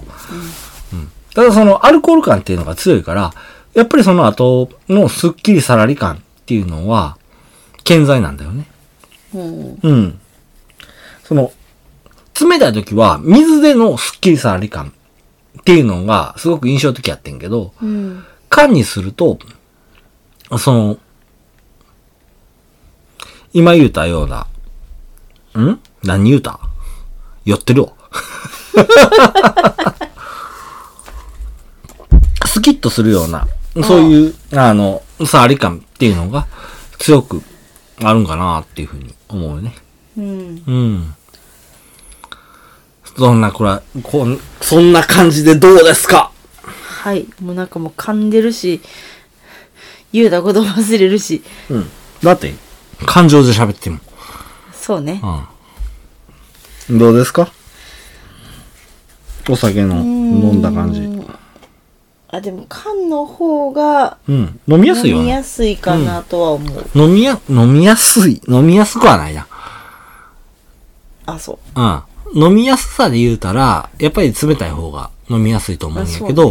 ん。ただそのアルコール感っていうのが強いから、やっぱりその後のスッキリさらり感っていうのは、健在なんだよね。
うん
うん。その、冷たい時は水でのスッキリさらり感っていうのがすごく印象的やってんけど、
うん
缶にすると、その、今言うたような、ん何言うた酔ってるわ。 [laughs] スキッとするような、そういう、あの、触り感っていうのが強くあるんかなっていうふうに思うね。
うん。
うん。そんな、これは、こん、そんな感じでどうですか
はい。もうなんかもう噛んでるし、言うたこと忘れるし。
うん。だって、感情で喋っても。
そうね。
うん。どうですかお酒の飲んだ感じ。
あ、でも缶の方が
うん。飲みやすい
飲
よ
み
ね
や。すいかなとは思う。
飲みや、飲みやすい。飲みやすくはないな。
あ、そう。
うん。飲みやすさで言うたら、やっぱり冷たい方が飲みやすいと思うんやけど、
あそ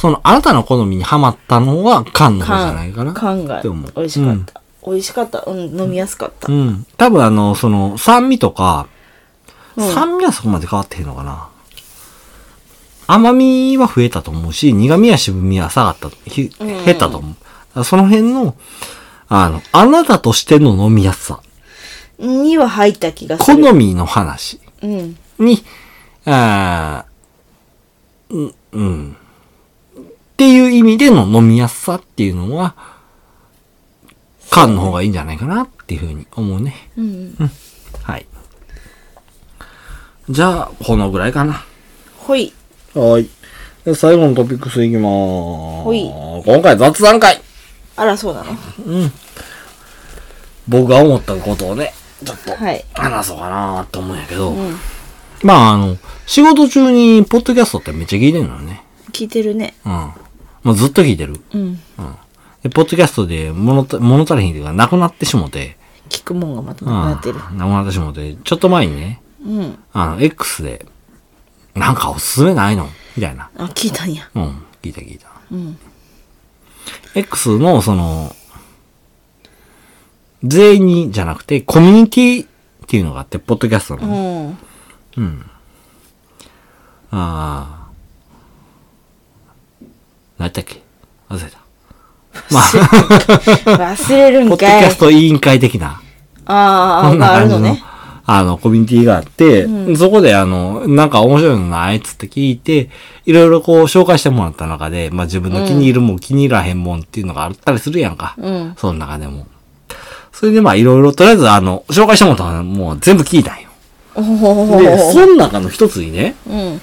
そ,、
うね
の、あなたの好みにはまったのは缶の方じゃない
缶
かな。
缶が
って思う
美味しかった。美味しかった。うん、飲みやすかった
う。ん。多分あの、その、酸味とか、
うん
酸味はそこまで変わってへんのかな。甘みは増えたと思うし、苦味や渋みは下がった、ひ
うん
減ったと思う。だからその辺の、あの、あなたとしての飲みやすさ、
には入った気がす
好
る。
みの話
うん。
に、あーうん、うん。っていう意味での飲みやすさっていうのは、缶の方がいいんじゃないかなっていうふうに思うね。
うん。
はい。じゃあ、このぐらいかな。
ほい。
はい。最後のトピックスいきまー
ほい
今回雑談会
あら、そうなの。
僕が思ったことをね、ちょっと
はい。
話そうかなーって思うんやけど、
うん。
まああの、仕事中にポッドキャストってめっちゃ聞いてるのよね。
聞いてるね。
うん。もうずっと聞いてる。
うん。
で、ポッドキャストで物た物足りひんというかなくなってしもて、
聞くもんがまた
う。
なんくなってる。
なくなってしもて、ちょっと前にね、
うん。
あの、X で、なんかおすすめないのみたいな。
あ、聞いたんや。
うん。聞いた聞いた。
うん。
X のその、全員にじゃなくて、コミュニティっていうのがあって、ポッドキャストの
う
ね、
ん。
ああ。何やったっけ忘れた。
忘れる
[laughs]
ん
ポッド
か
キ
い。
ャスト委員会的な。
あ
そ
あ、
ん
が
な
あ
感
る
じ
のね。。
あの、コミュニティがあって、
うん
そこであの、なんか面白いのないっつって聞いて、いろいろこう紹介してもらった中で、まあ自分の気に入るもん、気に入らへんもんっていうのがあったりするやんか。
うん。
その中でも。それでまあいろいろ、とりあえずあの、紹介してもらったのもう全部聞いたんよ。
おお。
で、その中の一つにね、
うん。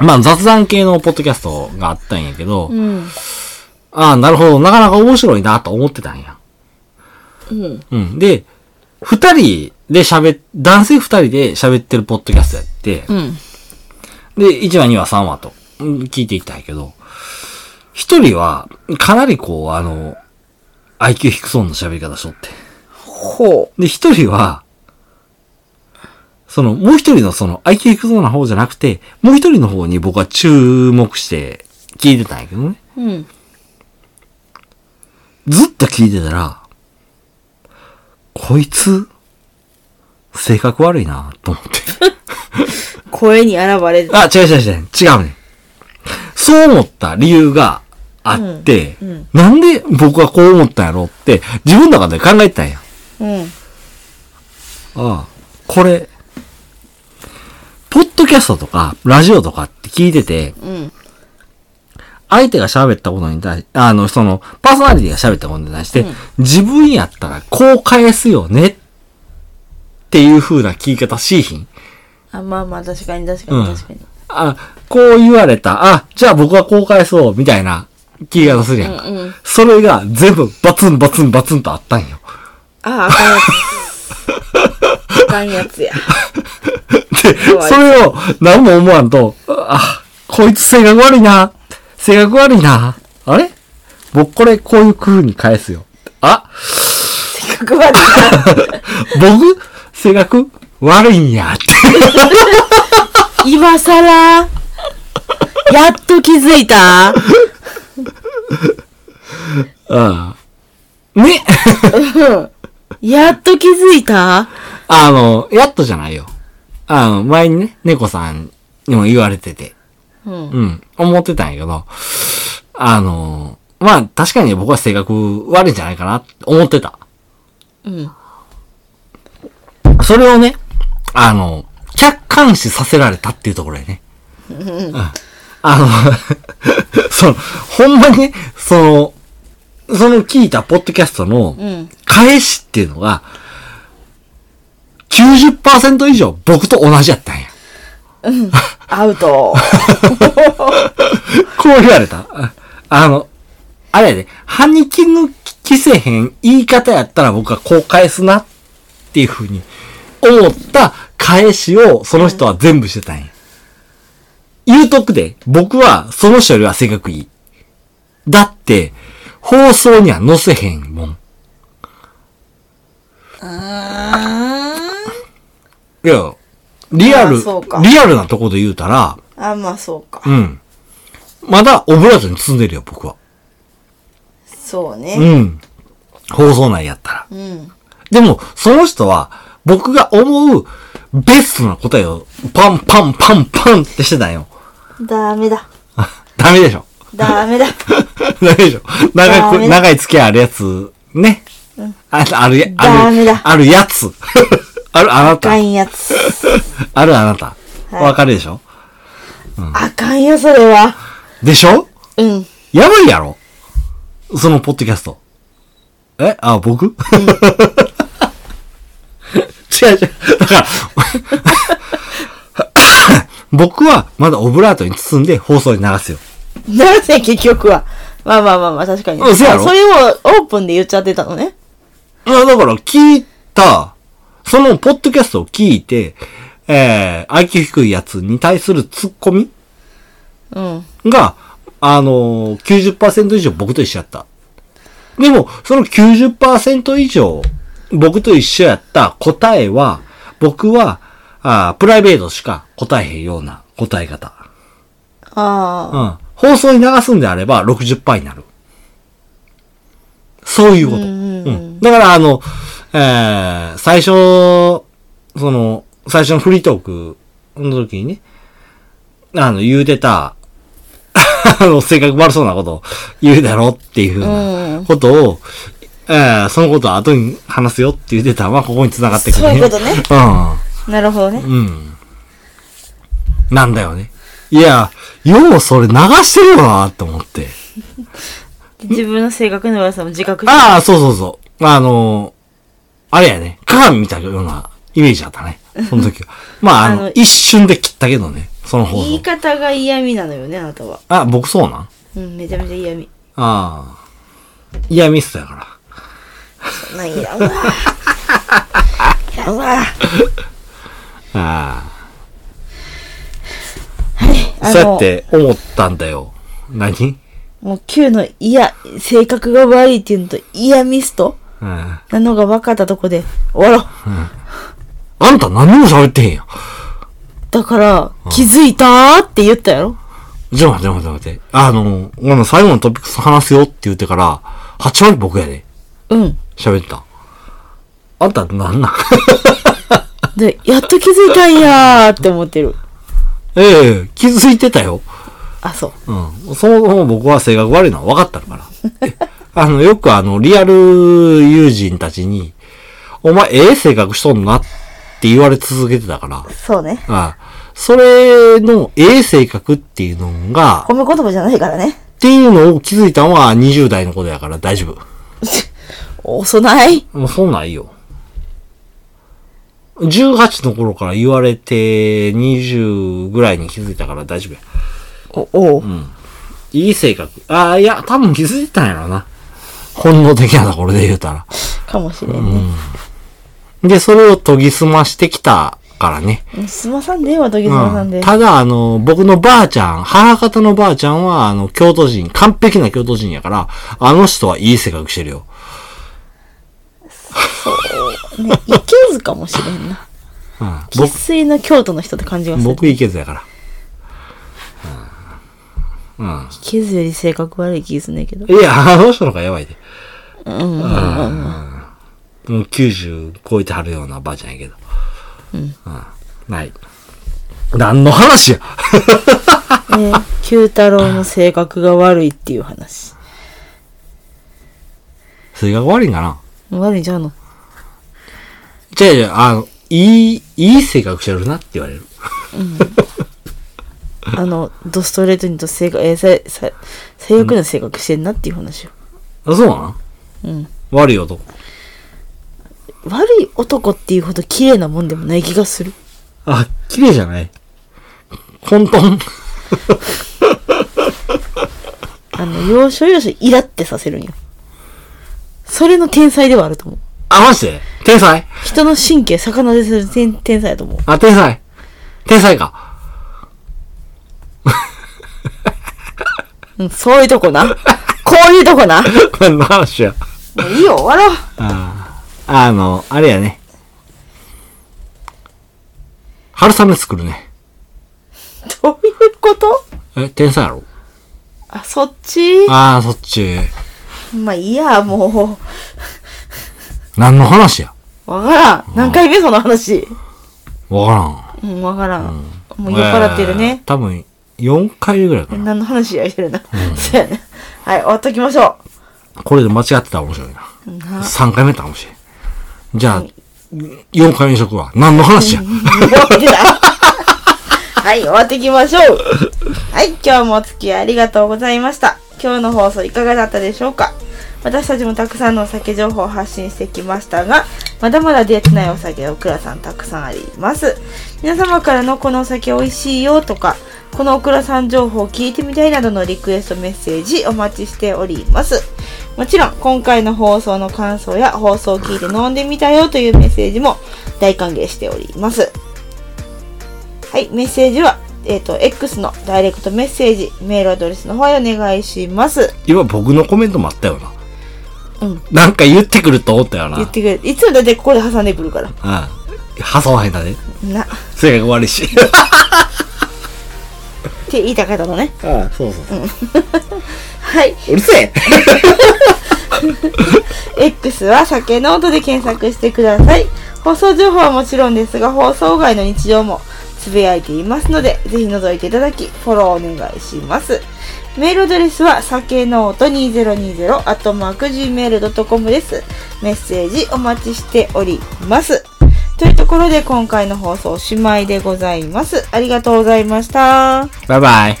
まあ雑談系のポッドキャストがあったんやけど、
うん。
ああ、なるほど、なかなか面白いなと思ってたんや。
うん。
うん。で、二人で喋っ、男性二人で喋ってるポッドキャストやって、
うん。
で、1話、2話、3話と、うん聞いていったんやけど、一人は、かなりこう、あの、IQ 低そうな喋り方しとって。
ほ
で、一人は、その、もう一人のその、IQ 低そうな方じゃなくて、もう一人の方に僕は注目して聞いてたんやけどね。
う。うん。
ずっと聞いてたら、こいつ、性格悪いなと思って。
声に現れる。
あ、違う違う違う、違うね。そう思った理由があって、
うんうん
なんで僕はこう思ったんやろって、自分の中で考えてたんや。
うん。
ああ、これ、ポッドキャストとか、ラジオとかって聞いてて、
うん。
相手が喋ったことに対し、あの、その、パーソナリティが喋ったことに対して、
うん
自分やったらこう返すよね、っていう風な聞き方しいひん。
あ、まあまあ、確かに確か
う
に
ん
確かに。
あ、こう言われた。あ、じゃあ僕はこう返そう、みたいな聞き方するやんか。
うんうん
それが全部バツンバツンバツンとあったんよ。
あ、あかんやつ。あかんやつや。
で、
わい
それを何も思わんと、あ、こいつ性格悪いな。性格悪いな。あれ僕これこういう風に返すよ。あ、
せっかくまでさ
僕、性格悪いんやって。
今さら、やっと気づいた
うん。ね
やっと気づいた
あの、やっとじゃないよ。あの、前にね、猫さんにも言われてて。
うん。
うん、思ってたんやけど、あのーまあ確かに僕は性格悪いんじゃないかなって思ってた。
うん。
それをね、あの、客観視させられたっていうところやね。うんあの、その、 [laughs] ほんまにね、その、その聞いたポッドキャストの
うん。
返しっていうのが、90%以上僕と同じやったんや。
アウト。
こう言われた。ああの、あれやで、歯にきぬきせへん言い方やったら僕はこう返すなっていうふうに思った返しをその人は全部してたんや。言うとくで、僕はその人よりは性格いい。だって、放送には載せへんもん。
あ
いや、リアル
あそうか、
リアルなとこで言うたら、
あ、まあそうか。
うん。まだオブラートに包んでるよ、僕は。
そう
う
ね。
ん。放送内やったら。
うん。
でも、その人は、僕が思う、ベストな答えを、パンパンパンパンってしてたんよ。 [laughs]
ダメだ。
ダメでしょ。 [laughs]
ダメだ。
ダメでしょ。長
ダメ
く、
だ
長い付き合いあるやつ、ね。ああるや、あ
ダメ
る
だ、
あるやつ。 [laughs] あるあな
あか
た。
んやつ。
あるあなた。
はい
わかるでしょ
あかんよ、それは。
でしょ
うん。
やばいやろそのポッドキャスト。えあ、僕、違う違う。だから、 [laughs] 僕はまだオブラートに包んで放送に流すよ。
[laughs] なぜ結局は。まあまあまあまあ、確かに。
うんそうやろ
あそれをオープンで言っちゃってたのね。
いや、だから聞いた、そのポッドキャストを聞いて、えー、IQ 低いやつに対するツッコミ
うん。
が、あのー、90%以上僕と一緒やった。でも、その90%以上僕と一緒やった答えは、僕は、あープライベートしか答えへんような答え方。
ああ。
うん。放送に流すんであれば60%になる。そういうこと。
う
うんんだから、あの、えー、最初、その、最初のフリートークの時にね、あの、言うてた、 [laughs] あの、性格悪そうなことを言うだろうっていうふう
うん
なことを、えー、そのことは後に話すよって言ってたのは、ここに繋がってくる、
そういうことね。
うん。
なるほどね。
うん。なんだよね。いや、ようそれ流してるよなと思って。
自分の性格の悪さも自覚して。
ああ、そうそうそう。あのー、あれやね。鏡見たようなイメージだったね。その
[laughs]
時は。まあ、あの、
あの
一瞬で切ったけどね。その放
言い
送。
方が嫌味なのよね、あなたは。
あ、僕そうなんあ
うん、めちゃめちゃ嫌味。
あ。嫌ミスだから。
そんなん
[laughs]
嫌だわ。嫌だわ。
ああ。
あ
そうや
の
って思ったんだよ。何
もう Q の嫌、性格が悪いっていうのと嫌ミスト
うん。あ
なのが分かったとこで終わろう。
んた何にも喋ってへんやん。
だから、気づいたーって言ったやろ
ちょ、待って待って待って。あの、この最後のトピックス話すよって言ってから、8割僕やで。
うん。
喋ってた。あんたなん [laughs] なん
で、やっと気づいたんやーって思ってる。
ええ気づいてたよ。
あ、そう。
うん。そもそも僕は性格悪いのは分かったから。えあの、よくあの、リアル友人たちに、お前、ええ性格しとんなって言われ続けてたから。
そうね。
あそれの、ええ性格っていうのが、
褒め言葉じゃないからね。
っていうのを気づいたのは20代のことやから大丈夫。
遅ない
もうそんなんいいよ。18の頃から言われて、20ぐらいに気づいたから大丈夫や。
お、おう。
いい性格。ああ、いや、多分気づいたんやろな。本能的なところで言うたら。
かもしれんね。
で、それを研ぎ澄ましてきたからね。
うん、すまさんでええわ、時々さ
うん
で
ん、。ただ、あの、僕のばあちゃん、母方のばあちゃんは、あの、京都人、完璧な京都人やから、あの人はいい性格してるよ。
ね、いけずかもしれんな。
うん、
生粋の京都の人って感じがする。
僕、いけずやから。
いけずより性格悪い気すんねんけど。
いや、あの人の方がやばいで。
うんうんうんうん。
もう90超えてはるようなばあちゃんやけど。うん。ない。何の話や
ね、九太郎の性格が悪いっていう話。
性格悪いんかな
悪いんちゃうの
違う違う、あの、いい、いいい性格してるなって言われる。
あの、ドストレートにと性格、えー、さ、さ、最悪な性格してんなっていう話を。
あ、そうなん
うん。
悪い男。
悪い男っていうほど綺麗なもんでもない気がする。
あ、綺麗じゃない混沌。
あの、要所要所イラってさせるんよ。それの天才ではあると思う。
あ、マジで天才
人の神経逆なでする天天才だと思う。
あ、天才。天才か。
うん、そういうとこな。 [laughs] こういうとこな。
これの話や。
もういいよ、終わろう。
あの、あれやね。春雨作るね。
どういうこと
え、天才やろ
あ、そっち
ああ、そっち。
まあ、いいや、も
何の話や
う。わからん。何回目その話。
わから。
うん、わからん。もうん酔っ払ってる
え
ね
ー。多分、4回ぐらいかな。
何の話やしてるな。 [laughs] そうやね。はい、終わっときましょ
これで間違ってたら面白いな。
う。な
3回目やったら面白い。じゃあ、4回目にしとくわ。何の話や
酔ってたはい、終わっていきましょう。はい、今日もお付き合いありがとうございました。今日の放送いかがだったでしょうか私たちもたくさんのお酒情報を発信してきましたが、まだまだ出会ってないお酒オクラさんたくさんあります。皆様からのこのお酒美味しいよとか、このオクラさん情報を聞いてみたいなどのリクエストメッセージお待ちしております。もちろん、今回の放送の感想や放送を聞いて飲んでみたよというメッセージも大歓迎しております。はい、メッセージは、えっ、と、X のダイレクトメッセージ、メールアドレスの方へお願いします。
今僕のコメントもあったよな。
うん。
なんか言ってくると思ったよな。う
言っ
ん。
てくれる。いつもだってここで挟んでくるから。
挟まへんだね。
な、っ
性格悪い [laughs] し。
て言いたかったのね。
ああ、そうそうそう。
はい。
うるせえ
X は酒ノートで検索してください。放送情報はもちろんですが、放送外の日常もつぶやいていますので、ぜひ覗いていただき、フォローお願いします。メールアドレスは、酒ノート 2020-gmail.com です。メッセージお待ちしております。というところで今回の放送おしまいでございます。ありがとうございました。
バイバイ。